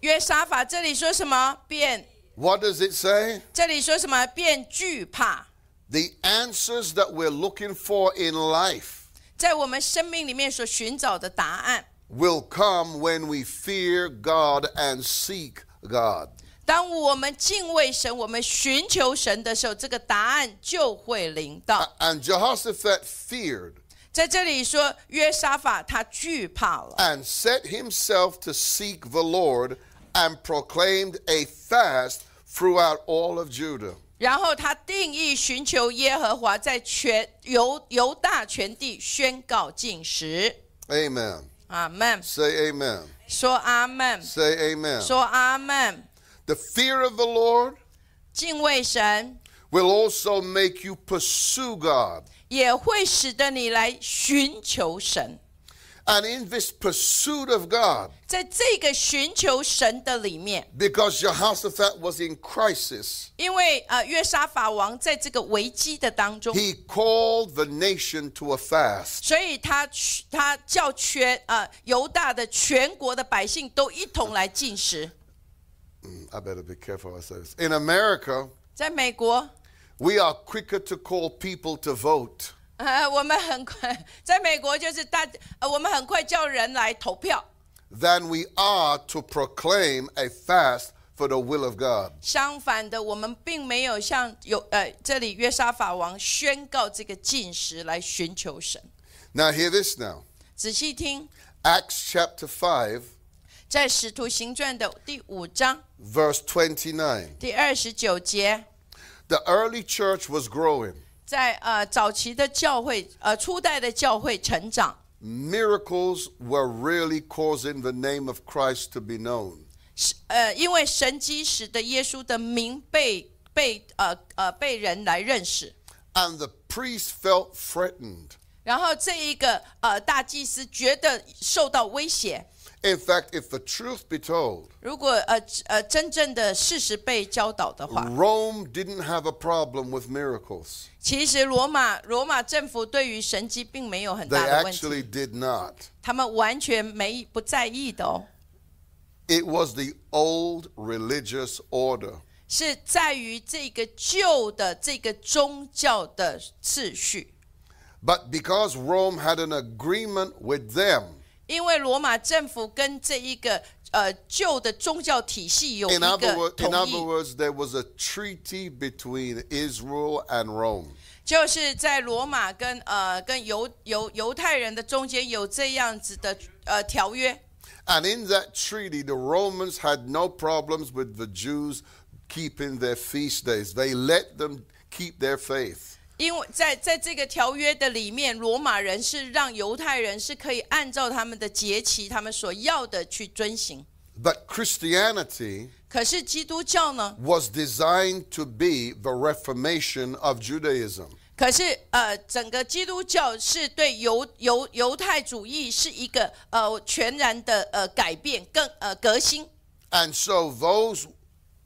约沙法这里说什么？便 What does it say? 这里说什么？便惧怕。 The answers that we're looking for in life 在我们生命里面所寻找的答案， will come when we fear God and seek God. 当我们敬畏神，我们寻求神的时候，这个答案就会临到。 And Jehoshaphat feared 在这里说约沙法他惧怕了， and set himself to seek the Lord and proclaimed a fast throughout all of Judah. 然后他定义寻求耶和华，在全犹犹大全地宣告禁食。 Amen. 阿门。 Say amen. 说阿门。 Say amen. 说阿门。 the fear of the Lord 敬畏神 will also make you pursue God. 也会使得你来寻求神。 And in this pursuit of God, 在这个寻求神的里面， because Jehoshaphat was in crisis, 因为呃约沙法王在这个危机的当中， he called the nation to a fast. 所以他去他叫全呃犹大的全国的百姓都一同来进食。 Mm, I better be careful how I say this. In America, 在美国， we are quicker to call people to vote 呃，我们很快，在美国就是大，呃，我们很快叫人来投票， than we are to proclaim a fast for the will of God. 相反的，我们并没有像有呃这里约沙法王宣告这个禁食来寻求神。 Now, hear this now. 仔细听， Acts chapter 5, 在使徒行传的第五章 verse 29. 第二十九节， The early church was growing. 在呃早期的教会，呃初代的教会成长， miracles were really causing the name of Christ to be known. 是呃因为神机使得耶稣的名被被呃呃被人来认识， And the priests felt threatened. 然后这一个呃大祭司觉得受到威胁。 In fact, if the truth be told, 如果呃呃真正的事实被教导的嗯话， Rome didn't have a problem with miracles. 其实罗马罗马政府对于神机并没有很 They 大的问题， actually did not. 他们完全没不在意的哦。 It was the old religious order. 是在于这个旧的这个宗教的次序， But because Rome had an agreement with them, 因为罗马政府跟这一个呃旧的宗教体系有一 in other, 个 wor- in 统 other 一， words, there was a treaty between Israel and Rome. 就是在罗马跟呃跟犹犹犹太人的中间有这样子的呃条约， And in that treaty, the Romans had no problems with the Jews keeping their feast days. They let them keep their faith. 因为在在这个条约的里面，罗马人是让犹太人是可以按照他们的节期，他们所要的去遵行。 But Christianity 可是基督教呢？ was designed to be the reformation of Judaism. 可是呃，整个基督教是对犹犹犹太主义是一个呃全然的呃改变，更呃革新。 And so those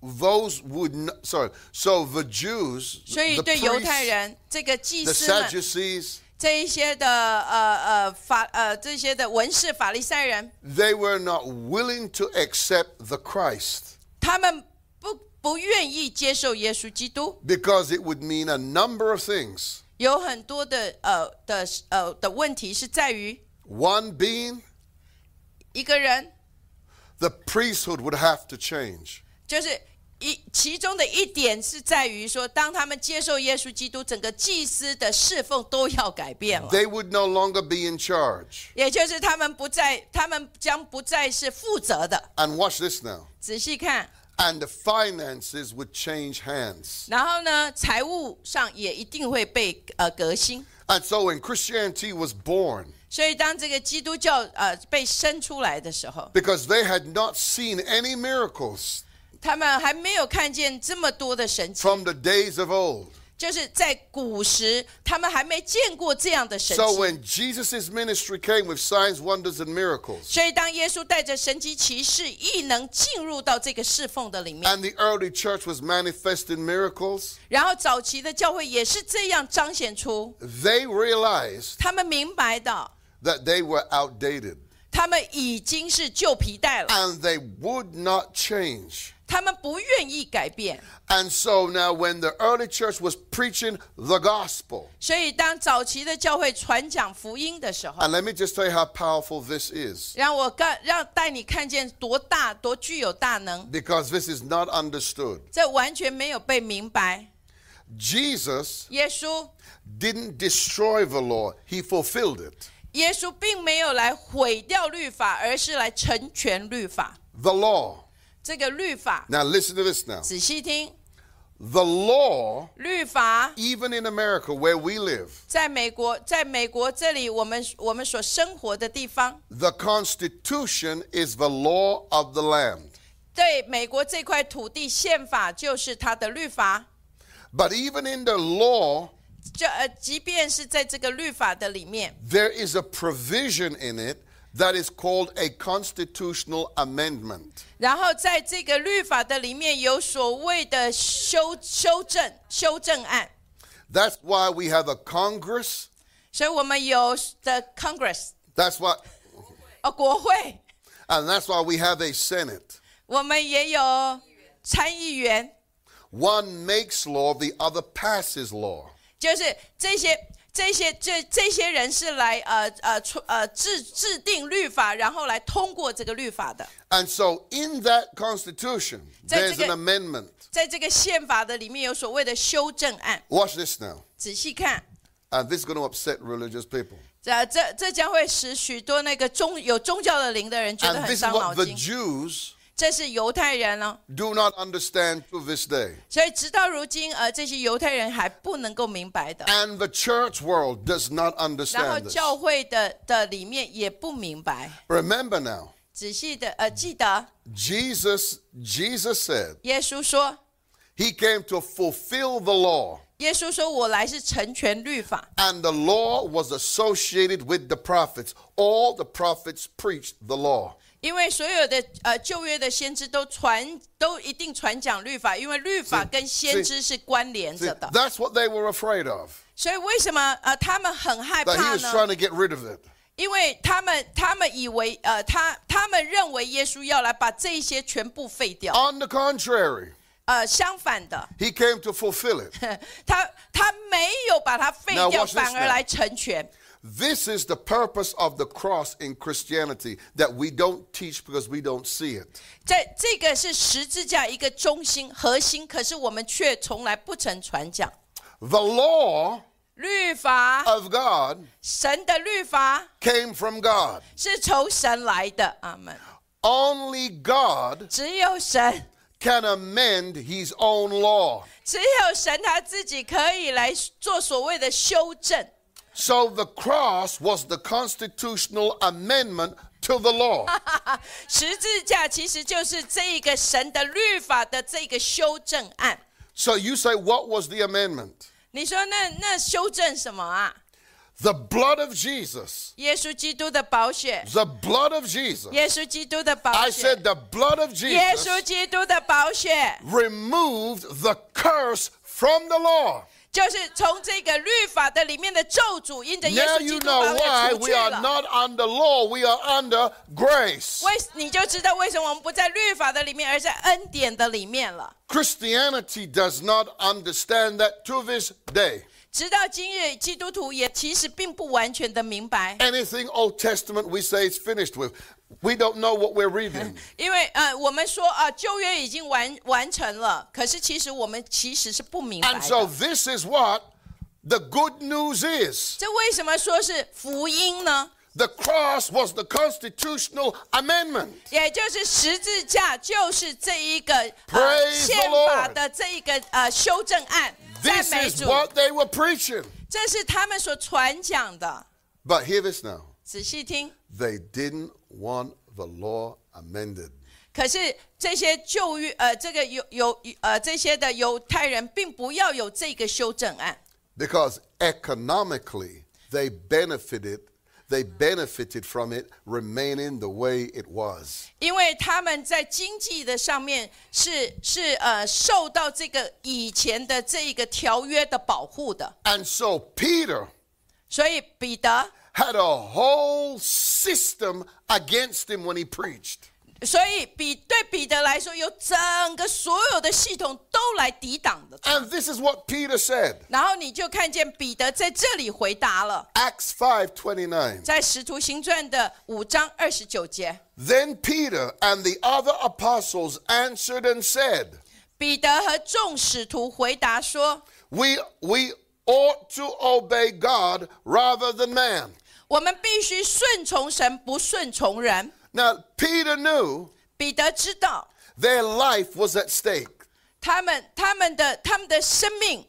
those would not, sorry, so the Jews, 所以 the 对犹太 priests, 人，这个祭 the 司们， Sadducees, 这一些的呃呃法呃这些的文士法利赛人， they were not willing to accept the Christ. 他们不不愿意接受耶稣基督， because it would mean a number of things. 有很多的呃的呃的问题是在于 One being, 一个人 the priesthood would have to change. 就是一其中的一点是在于说，当他们接受耶稣基督，整个祭司的侍奉都要改变了。 They would no longer be in charge. 也就是他们不再，他们将不再是负责的。 And watch this now. 仔细看， And the finances would change hands. 然后呢，财务上也一定会被呃革新。 And so when Christianity was born, 所以当这个基督教呃被生出来的时候， because they had not seen any miracles 他们还没有看见这么多的神迹， from the days of old. 就是在古时他们还没见过这样的神 So 迹。 when Jesus' ministry came with signs, wonders, and miracles, 所以当耶稣带着神迹骑士异能进入到这个侍奉的里面， and the early church was manifesting miracles, 然后早期的教会也是这样彰显出， they realized 他们明白的， that they were outdated 他们已经是旧皮带了， and they would not change. 他们不愿意改变。 And so now, when the early church was preaching the gospel, 所以当早期的教会传讲福音的时候， and let me just tell you how powerful this is, 让我看让带你看见多大多具有大能， because this is not understood. 这完全没有被明白。 Jesus 耶稣， didn't destroy the law, he fulfilled it. 耶稣并没有来毁掉律法，而是来成全律法。 The law. 这个律法， Now, listen to this now. 仔细听， The law, 律法 even in America where we live, 在美国，在美国这里，我们我们所生活的地方， the Constitution is the law of the land. 对美国这块土地宪法就是它的律法。 But even in the law, 这呃，即便是在这个律法的里面， there is a provision in it that is called a constitutional amendment. 然后在这个律法的里面有所谓的修修正修正案， That's why we have a Congress. 所以我们有的 Congress That's why, 哦国会， and that's why we have a Senate. 我们也有参议员， One makes law, the other passes law. 就是这些这些这这些人是来呃呃出呃制制定律法，然后来通过这个律法的。 And so in that Constitution, there's an Take- amendment. 在这个宪法的里面有所谓的修正案， Watch this now. 仔细看， And this is going to upset religious people. 这这这将会使许多那个宗有宗教的灵的人觉得 And 很 this is 伤脑 what the 筋。 Jews 这是犹太人呃了、 do not understand to this day. 所以直到如今，呃，这些犹太人还不能够明白的， And the church world does not 然后 understand this. 教会的的里面也不明白。 Remember now, 仔细的，呃，记得 Jesus Jesus said, 耶稣说， he came to fulfill the law, 耶稣说我来是成全律法， and the law was associated with the prophets. All the prophets preached the law. 因为所有的呃旧约的先知都传都一定传讲律法，因为律法是跟先知是关联 See, 着的。 that's what they were afraid of. 所以为什么呃他们很害 That he 怕 was trying 呢？ to get rid of it. 因为他们他们以为呃他他们认为耶稣要来把这些全部废掉， On the contrary, 呃相反的。 he came to fulfill it. 他他没有把它废 Now 掉， watch this 反而 now. 来成全。 This is the purpose of the cross in Christianity that we don't teach because we don't see it. 在这个是十字架一个中心核心，可是我们却从来不曾传讲 The law 律法。 of God 神的律法 came from God. 是从神来的，阿门。 Only God 只有神， can amend his own law. 只有神他自己可以来做所谓的修正。 So the cross was the constitutional amendment to the law. 十字架其实就是这一个神的律法的这个修正案。 so you say, what was the amendment? 你说那那修正什么啊？ The blood of Jesus. 耶稣基督的宝血， The blood of Jesus. 耶稣基督的宝 I 血。 said, the blood of 耶 Jesus 稣基督的宝血， removed the curse from the law. 就是从这个律法的里面的咒诅，因着耶 Now 稣基 you 督 know 宝 why 血除 we 去 are 了。 not under law, we are under grace. 为你就知道为什么我们不在律法的里面，而在恩典的里面了。 Christianity does not understand that to this day. 直到今日，基督徒也其实并不完全的明白， Anything Old Testament we say it's finished with, we don't know what we're reading. 因为呃，我们说啊、呃旧约已经完完成了，可是其实我们其实是不明白 and so 的。 this is what the good news is. 这为什么说是福音呢？ The cross was the constitutional amendment. 也就是十字架，就是这一个、呃、 Praise the 宪法的这一个呃修正案。赞 This 美 is 主， what they were preaching. 这是他们所传讲的。 But hear this now. 仔细听， They didn't want the law amended. 可是这些旧约呃，这个犹犹呃这些的犹太人并不要有这个修正案， Because economically, they benefited. They benefited from it remaining the way it was. 因为他们在经济的上面是是呃受到这个以前的这一个条约的保护的， And so Peter 所以彼得， had a whole system against him when he preached. 所以彼对彼得来说，有整个所有的系统都来抵挡的。 And this is what Peter said. 然后你就看见彼得在这里回答了， Acts 5:29. 在《使徒行传》的五章二十九节。 Then Peter and the other apostles answered and said, 彼得和众使徒回答说 "We we ought to obey God rather than man."：“ 我们必须顺从神，不顺从人。 Now Peter knew ”彼得知道 their life was at stake. 他们、他们的、他们的生命，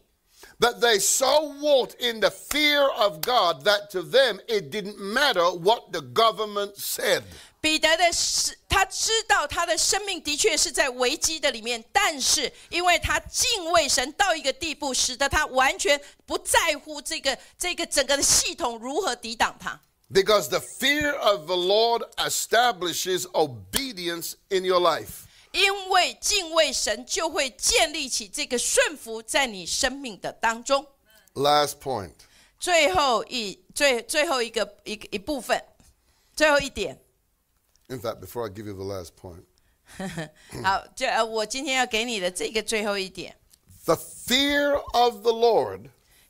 That they so walked in the fear of God that to them it didn't matter what the government said. 彼得的是他知道他的生命的确是在危机的里面，但是因为他敬畏神到一个地步，使得他完全不在乎这个这个整个的系统如何抵挡他。 Because the fear of the Lord establishes obedience in your life. 因为敬畏神，就会建立起这个顺服在你生命的当中。 Last point. 最后一最最后一个一个一部分，最后一点。 In fact, before I give you the last point, 好，就呃，我今天要给你的这个最后一点， the fear of the Lord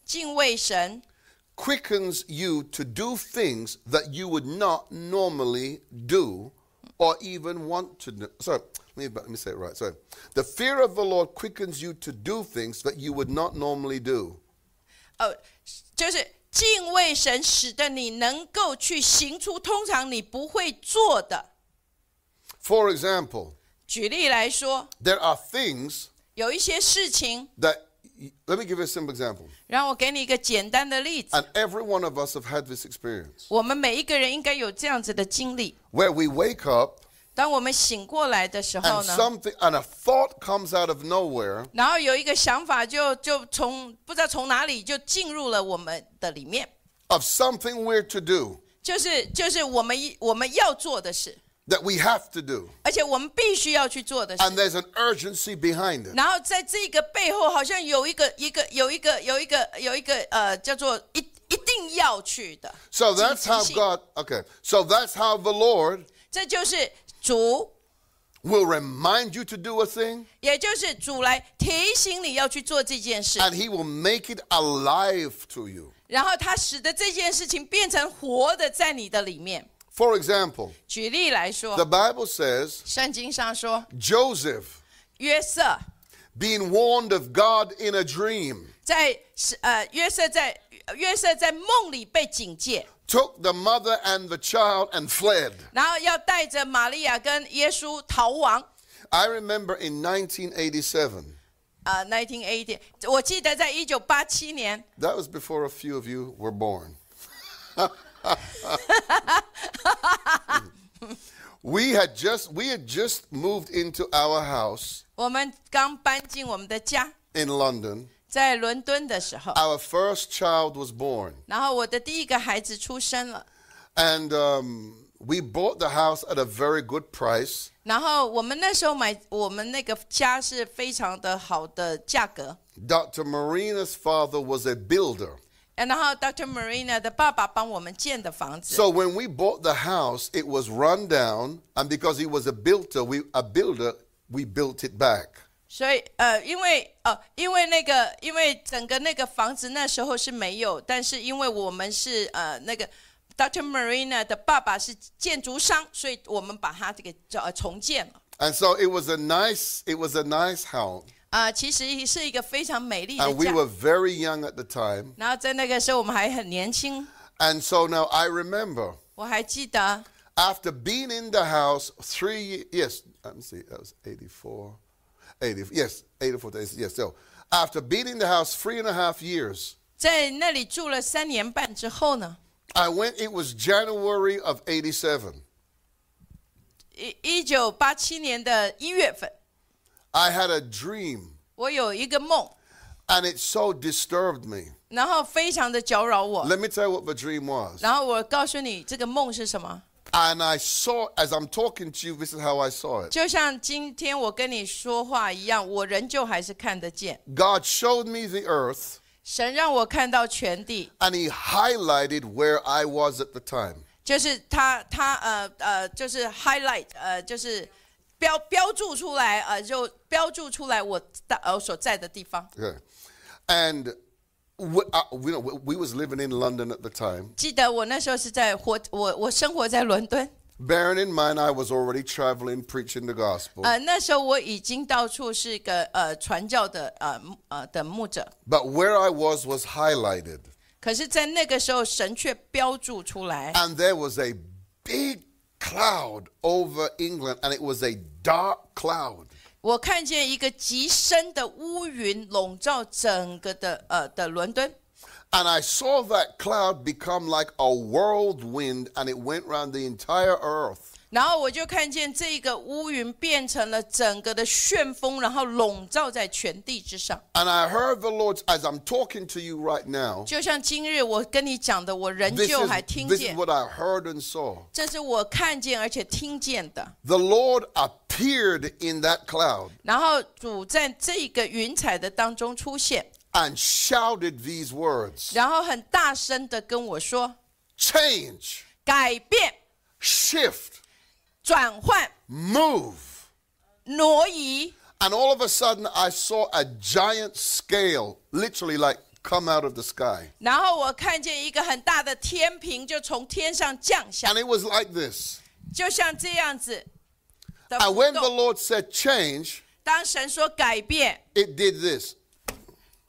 敬畏神 quickens you to do things that you would not normally do or even want to do. Sorry, let me, let me say it right. Sorry. The fear of the Lord quickens you to do things that you would not normally do. 呃，就是敬畏神，使得你能够去行出通常你不会做的。 For example, 举例来说， there are things 有一些事情， that, let me give you a simple example. 让我给你一个简单的例子。 And every one of us have had this experience 我们每一个人应该有这样子的经历。 where we wake up 当我们醒过来的时 and 候呢， something and a thought comes out of nowhere 然后有一个想法就就从不知道从哪里就进入了我们的里面， of something we're to do 就是就是我们一我们要做的事， that we have to do 而且我们必须要去做的事。 and there's an urgency behind it 然后在这个背后，好像有一个一个有一个有一个有一个呃，叫做一一定要去的。 so that's how 紧急性 god okay so that's how the lord 这就是主， will remind you to do a thing 也就是主来提醒你要去做这件事， and he will make it alive to you 然后他使得这件事情变成活的在你的里面。 for example 举例来 the 说， bible says 圣经上说 joseph 约瑟。 being warned of god in a dream 在是呃约瑟在约瑟在梦里被警戒， took the mother and the child and fled 然后要带着玛利亚跟耶稣逃亡。 i remember in 1987啊、n i n e t e e n eighty，我记得在一九八七年， That was before a few of you were born. we had just we had just moved into our house 我们刚搬进我们的家， in London. 在伦敦的时候， Our first child was born, 然后我的第一个孩子出生了， and um, we bought the house at a very good price. 然后我们那时候买我们那个家是非常的好的价格， Dr. Marina's father was a builder, 然后 Dr. Marina 的爸爸帮我们建的房子， so when we bought the house, it was run down, and because he was a builder, we a builder, we built it back. 所以呃，因为呃，因为那个，因为整个那个房子那时候是没有，但是因为我们是呃那个 Dr. Marina 的爸爸是建筑商，所以我们把他这个叫呃重建了。 And so it was a nice, it was a nice house. 啊、其实是一个非常美丽的 And Uh, we 家。 were very young at the time. 然后在那个时候我们还很年轻， And so now I remember 我还记得 after being in the house three ye- yes, let me see, that was 84, 80, yes, 84 days, yes. So after being in the house three and a half years, 在那里住了三年半之后呢， I went, it was January of 87. 一一九八七年的一月份， I had a dream 我有一个梦， and it so disturbed me. 然后非常的搅扰我。 Let me tell you what the dream was. 然后我告诉你这个梦是什么， And I saw, as I'm talking to you, this is how I saw it. 就像今天我跟你说话一样，我仍旧还是看得见。 God showed me the earth 神让我看到全地， and He highlighted where I was at the time. 就是他他呃呃，就是 highlight 呃，就是标标注出来呃，就标注出来我的呃所在的地方。 Okay. And we, uh, we, know, we was living in London at the time. 记得我那时候是在活我我生活在伦敦， Bearing in mind, I was already traveling, preaching the gospel. 呃，那时候我已经到处是一个呃传教的呃牧呃的牧者， but where I was was highlighted. 可是，在那个时候神却标注出来， And there was a big cloud over England, and it was a dark cloud. 我看见一个极深的乌云笼罩整个的呃的伦敦， And I saw that cloud become like a whirlwind, and it went round the entire earth. 然后我就看见这个乌云变成了整个的旋风，然后笼罩在全地之上。 And I heard the Lord, as I'm talking to you right now, 就像今日我跟你讲的，我仍 this 旧还 is, 听 this is 见， what I heard and saw. 这是我看见而且听见的。 The Lord appeared in that cloud 然后主在这个云彩的当中出现， and shouted these words 然后很大声的跟我说： change, 改变、 shift, 转换、 move. 挪移。 And all of a sudden, I saw a giant scale literally like come out of the sky. 然后我看见一个很大的天平就从天上降下 And，it was like this. 就像这样子的 And 浮 when the 动。 Lord said change, 当神说改变， it did this.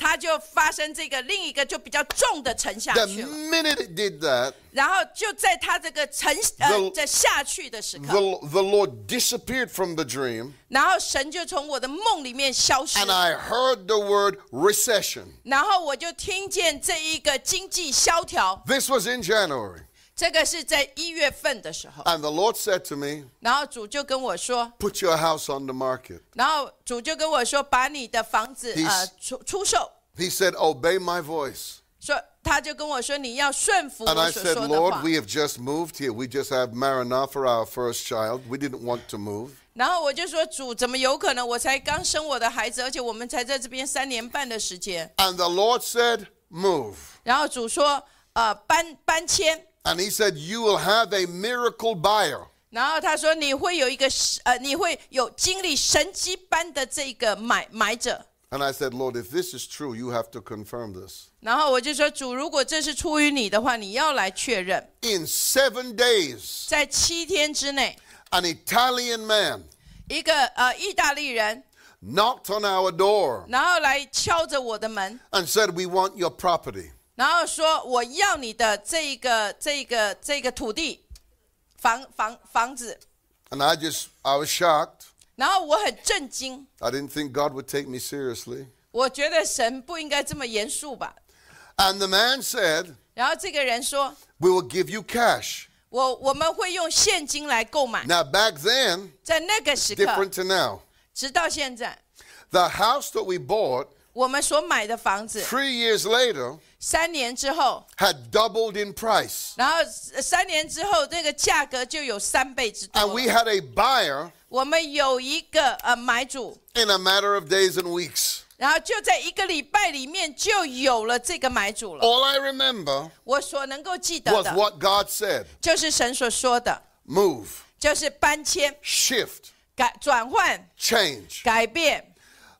它就发生这个另一个就比较重的沉下 The 去了。 minute it did that, 然后就在它这个沉呃 The- 在下去的时刻， the, the Lord disappeared from the dream, 然后神就从我的梦里面消失 and I heard the word recession. 然后我就听见这一个经济萧条， This was in January. 这个是在一月份的时候， And the Lord said to me, 然后主就跟我说， Put your house on the market. 然后主就跟我说，把你的房子 He's- 呃出出售， He said, Obey my voice. 说他就跟我说你要顺服 And 我 I 所 said, 说的 Lord, 话， we have just moved here. We just have Maranatha for our first child. We didn't want to move. 然后我就说主怎么有可能？我才刚生我的孩子，而且我们才在这边三年半的时间， And the Lord said, Move. 然后主说呃搬搬迁， And He said, You will have a miracle buyer. 然后他说你会有一个呃你会有经历神迹般的这个买买者。 And I said, Lord, if this is true, you have to confirm this. 然后我就说：“主，如果这是出于你的话，你要来确认。 In seven days, 在七天之内， an Italian man 一个呃意大利人， knocked on our door 然后来敲着我的门， and said, We want your property. 然后说我要你的这个这个这个土地，房房房子。 And I just, I was shocked. 然后我很震惊， I didn't think God would take me seriously. 我觉得神不应该这么严肃吧。 And the man said, 然后这个人说： We will give you cash. 我我们会用现金来购买。 Now, back then, 在那个时刻 different，to now. 直到现在， The house that we bought 我们所买的房子， three years later 三年之后。” had doubled in price. 然后呃三年之后，那个价格就有三倍之多 And we 了。 had a buyer 我们有一个呃买主， in a matter of days and weeks. 然后就在一个礼拜里面就有了这个买主了。 All I remember 我所能够记得 was 的， what God said 就是神所说的， move, 就是搬迁、 shift, 改转换、 change. 改变。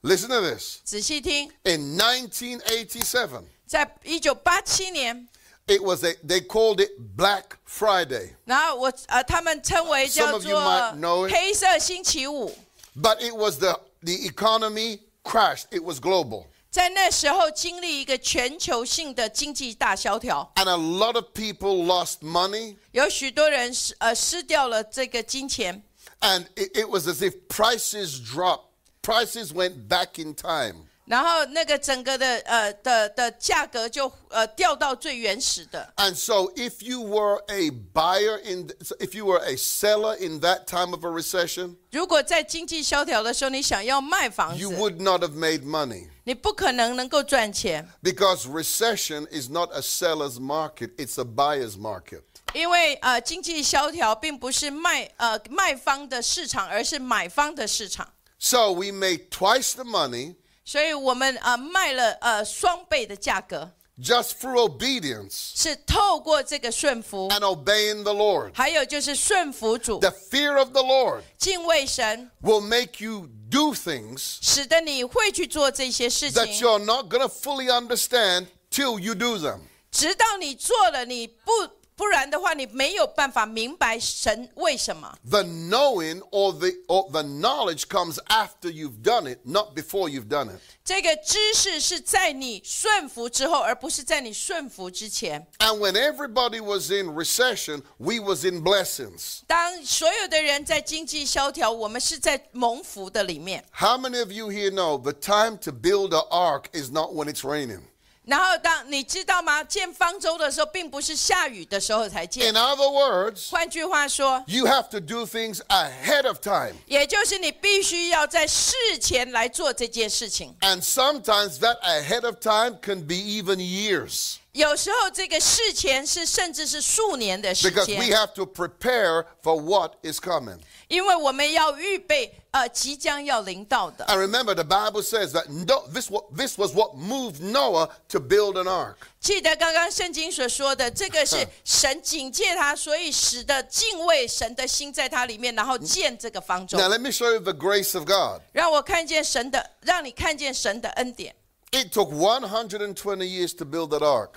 Listen to this. 仔细听， In 1987, 在一九八七年， it was a, they called it Black Friday, 然后我呃，他们称为 Some 叫 of you might know 做 it. 黑色星期五。 but it was the the economy crashed. It was global, 在那时候经历一个全球性的经济大萧条， and a lot of people lost money, 有许多人失呃失掉了这个金钱， and it, it was as if prices dropped. Prices went back in time. 然后那个整个的呃的的价格就呃掉到最原始的。 And so, if you were a buyer in, th- so if you were a seller in that time of a recession, 如果在经济萧条的时候，你想要卖房 you 子， would not have made money 你不可能能够赚钱， because recession is not a seller's market; it's a buyer's market. 因为呃经济萧条并不是卖呃卖方的市场，而是买方的市场。 So we made twice the money 所以我们呃卖了呃双倍的价格， just through obedience 是透过这个顺服， and obeying the Lord. 还有就是顺服主 The，fear of the Lord 敬畏神， will make you do things 使得你会去做这些事 that 情， you're not going to fully understand till you do them. 直到你做了，你不不然的话，你没有办法明白神为什么。 The knowing or the or the knowledge comes after you've done it, not before you've done it. 这个知识是在你顺服之后，而不是在你顺服之前。 And when everybody was in recession, we was in blessings. 当所有的人在经济萧条，我们是在蒙福的里面。 How many of you here know the time to build an ark is not when it's raining? 然后当你知道吗？建方舟的时候，并不是下雨的时候才建 In。other words, 换句话说， you have to do things ahead of time. 也就是你必须要在事前来做这件事情。 And sometimes that ahead of time can be even years 有时候这个事前是甚至是数年的时 because we 间， have to prepare for what is coming. 因为我们要预备呃即将要临到的。 And remember, the Bible says that no, this, wa- this was what moved Noah to build an ark. 记得刚刚圣经所说的，这个啊是神警戒他，所以使得敬畏神的心在他里面，然后建这个方舟。 Now, let me show you the grace of God. 让我看见神的，让你看见神的恩典。 It took 120 years to build that ark.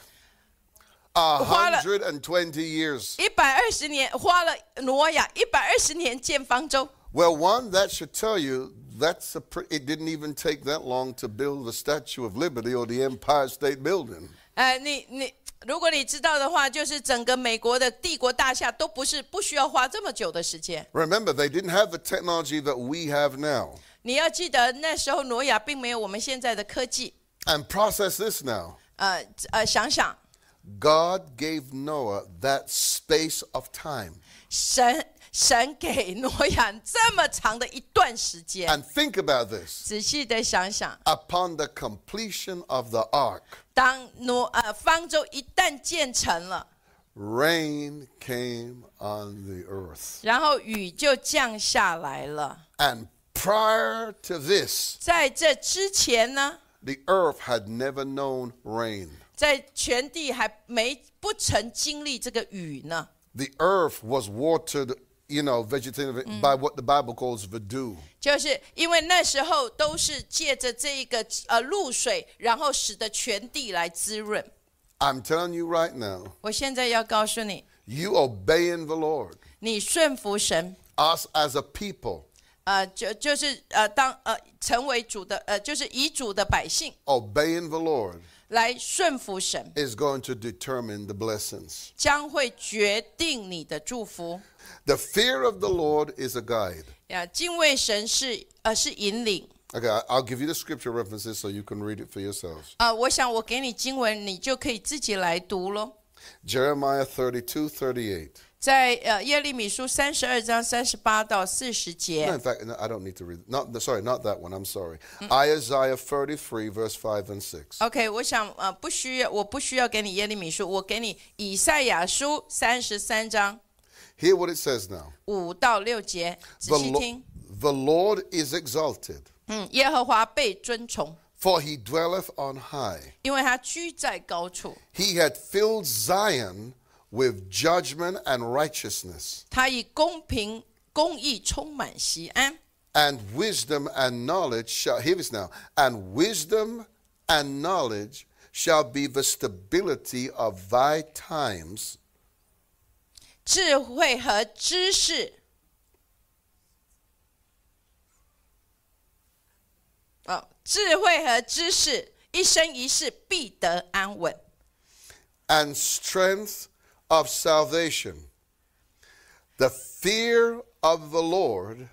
Why the- 120 years. 一百二十年花了挪亚一百二十年建方舟， Well, one, that should tell you that's a pre- it didn't even take that long to build the Statue of Liberty or the Empire State Building. 呃，你你如果你知道的话，就是整个美国的帝国大厦都不是不需要花这么久的时间。 Remember, they didn't have the technology that we have now. 你要记得那时候挪亚并没有我们现在的科技， And process this now. 呃呃，想想 God gave Noah that space of time. 神神给挪亚这么长的一段时间， And think about this. 仔细的想想， Upon the completion of the ark, 当挪呃方舟一旦建成了， rain came on the earth. 然后雨就降下来了。 And prior to this, 在这之前呢， the earth had never known rain. 在全地还没不曾经历这个雨呢。 The earth was watered, you know, vegetative by what the Bible calls vadu. 就是因为那时候都是借着这一个呃露水，然后使得全地来滋润。 I'm telling you right now, 我现在要告诉你， you obeying the Lord. 你顺服神， us as a people 呃，就就是呃当呃成为主的呃就是以主的百姓 obeying the Lord 来顺服神， is going to determine the blessings. 将会决定你的祝福。 The fear of the Lord is a guide. 呀，敬畏神是呃是引领。 Okay, I- I'll give you the scripture references so you can read it for yourselves. 啊、我想我给你经文，你就可以自己来读咯。 Jeremiah 32, 38. 在呃耶利米书三十二章三十八到四十节。 No, in fact, no, I don't need to read. Not the- sorry, not that one. I'm sorry. Isaiah 33, verse 5 and 6. OK，我想呃，不需要，我不需要给你耶利米书，我给你以赛亚书三十三章 Hear what it says now. 五到六节，仔 The, 细 Lo- 听。 the Lord is exalted, 嗯，耶和华被尊崇， for he dwelleth on high. 因为他居在高处， He had filled Zion with judgment and righteousness. 他以公平公义充满西安。 and wisdom and knowledge shall, hear this now, and wisdom and knowledge shall be the stability of thy times. 智慧和知识。哦，智慧和知识，一生一世必得安稳。 and strength of salvation. The fear of the Lord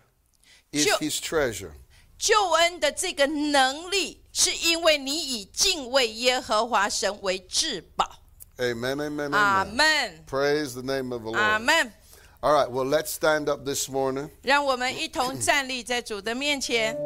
is Ju- his treasure. 救恩的这个能力，是因为你以敬畏耶和华神为至宝。 Amen, amen, amen. 阿门， Praise the name of the Lord. 阿门。 All right, well, let's stand up this morning. 让我们一同站立在主的面前。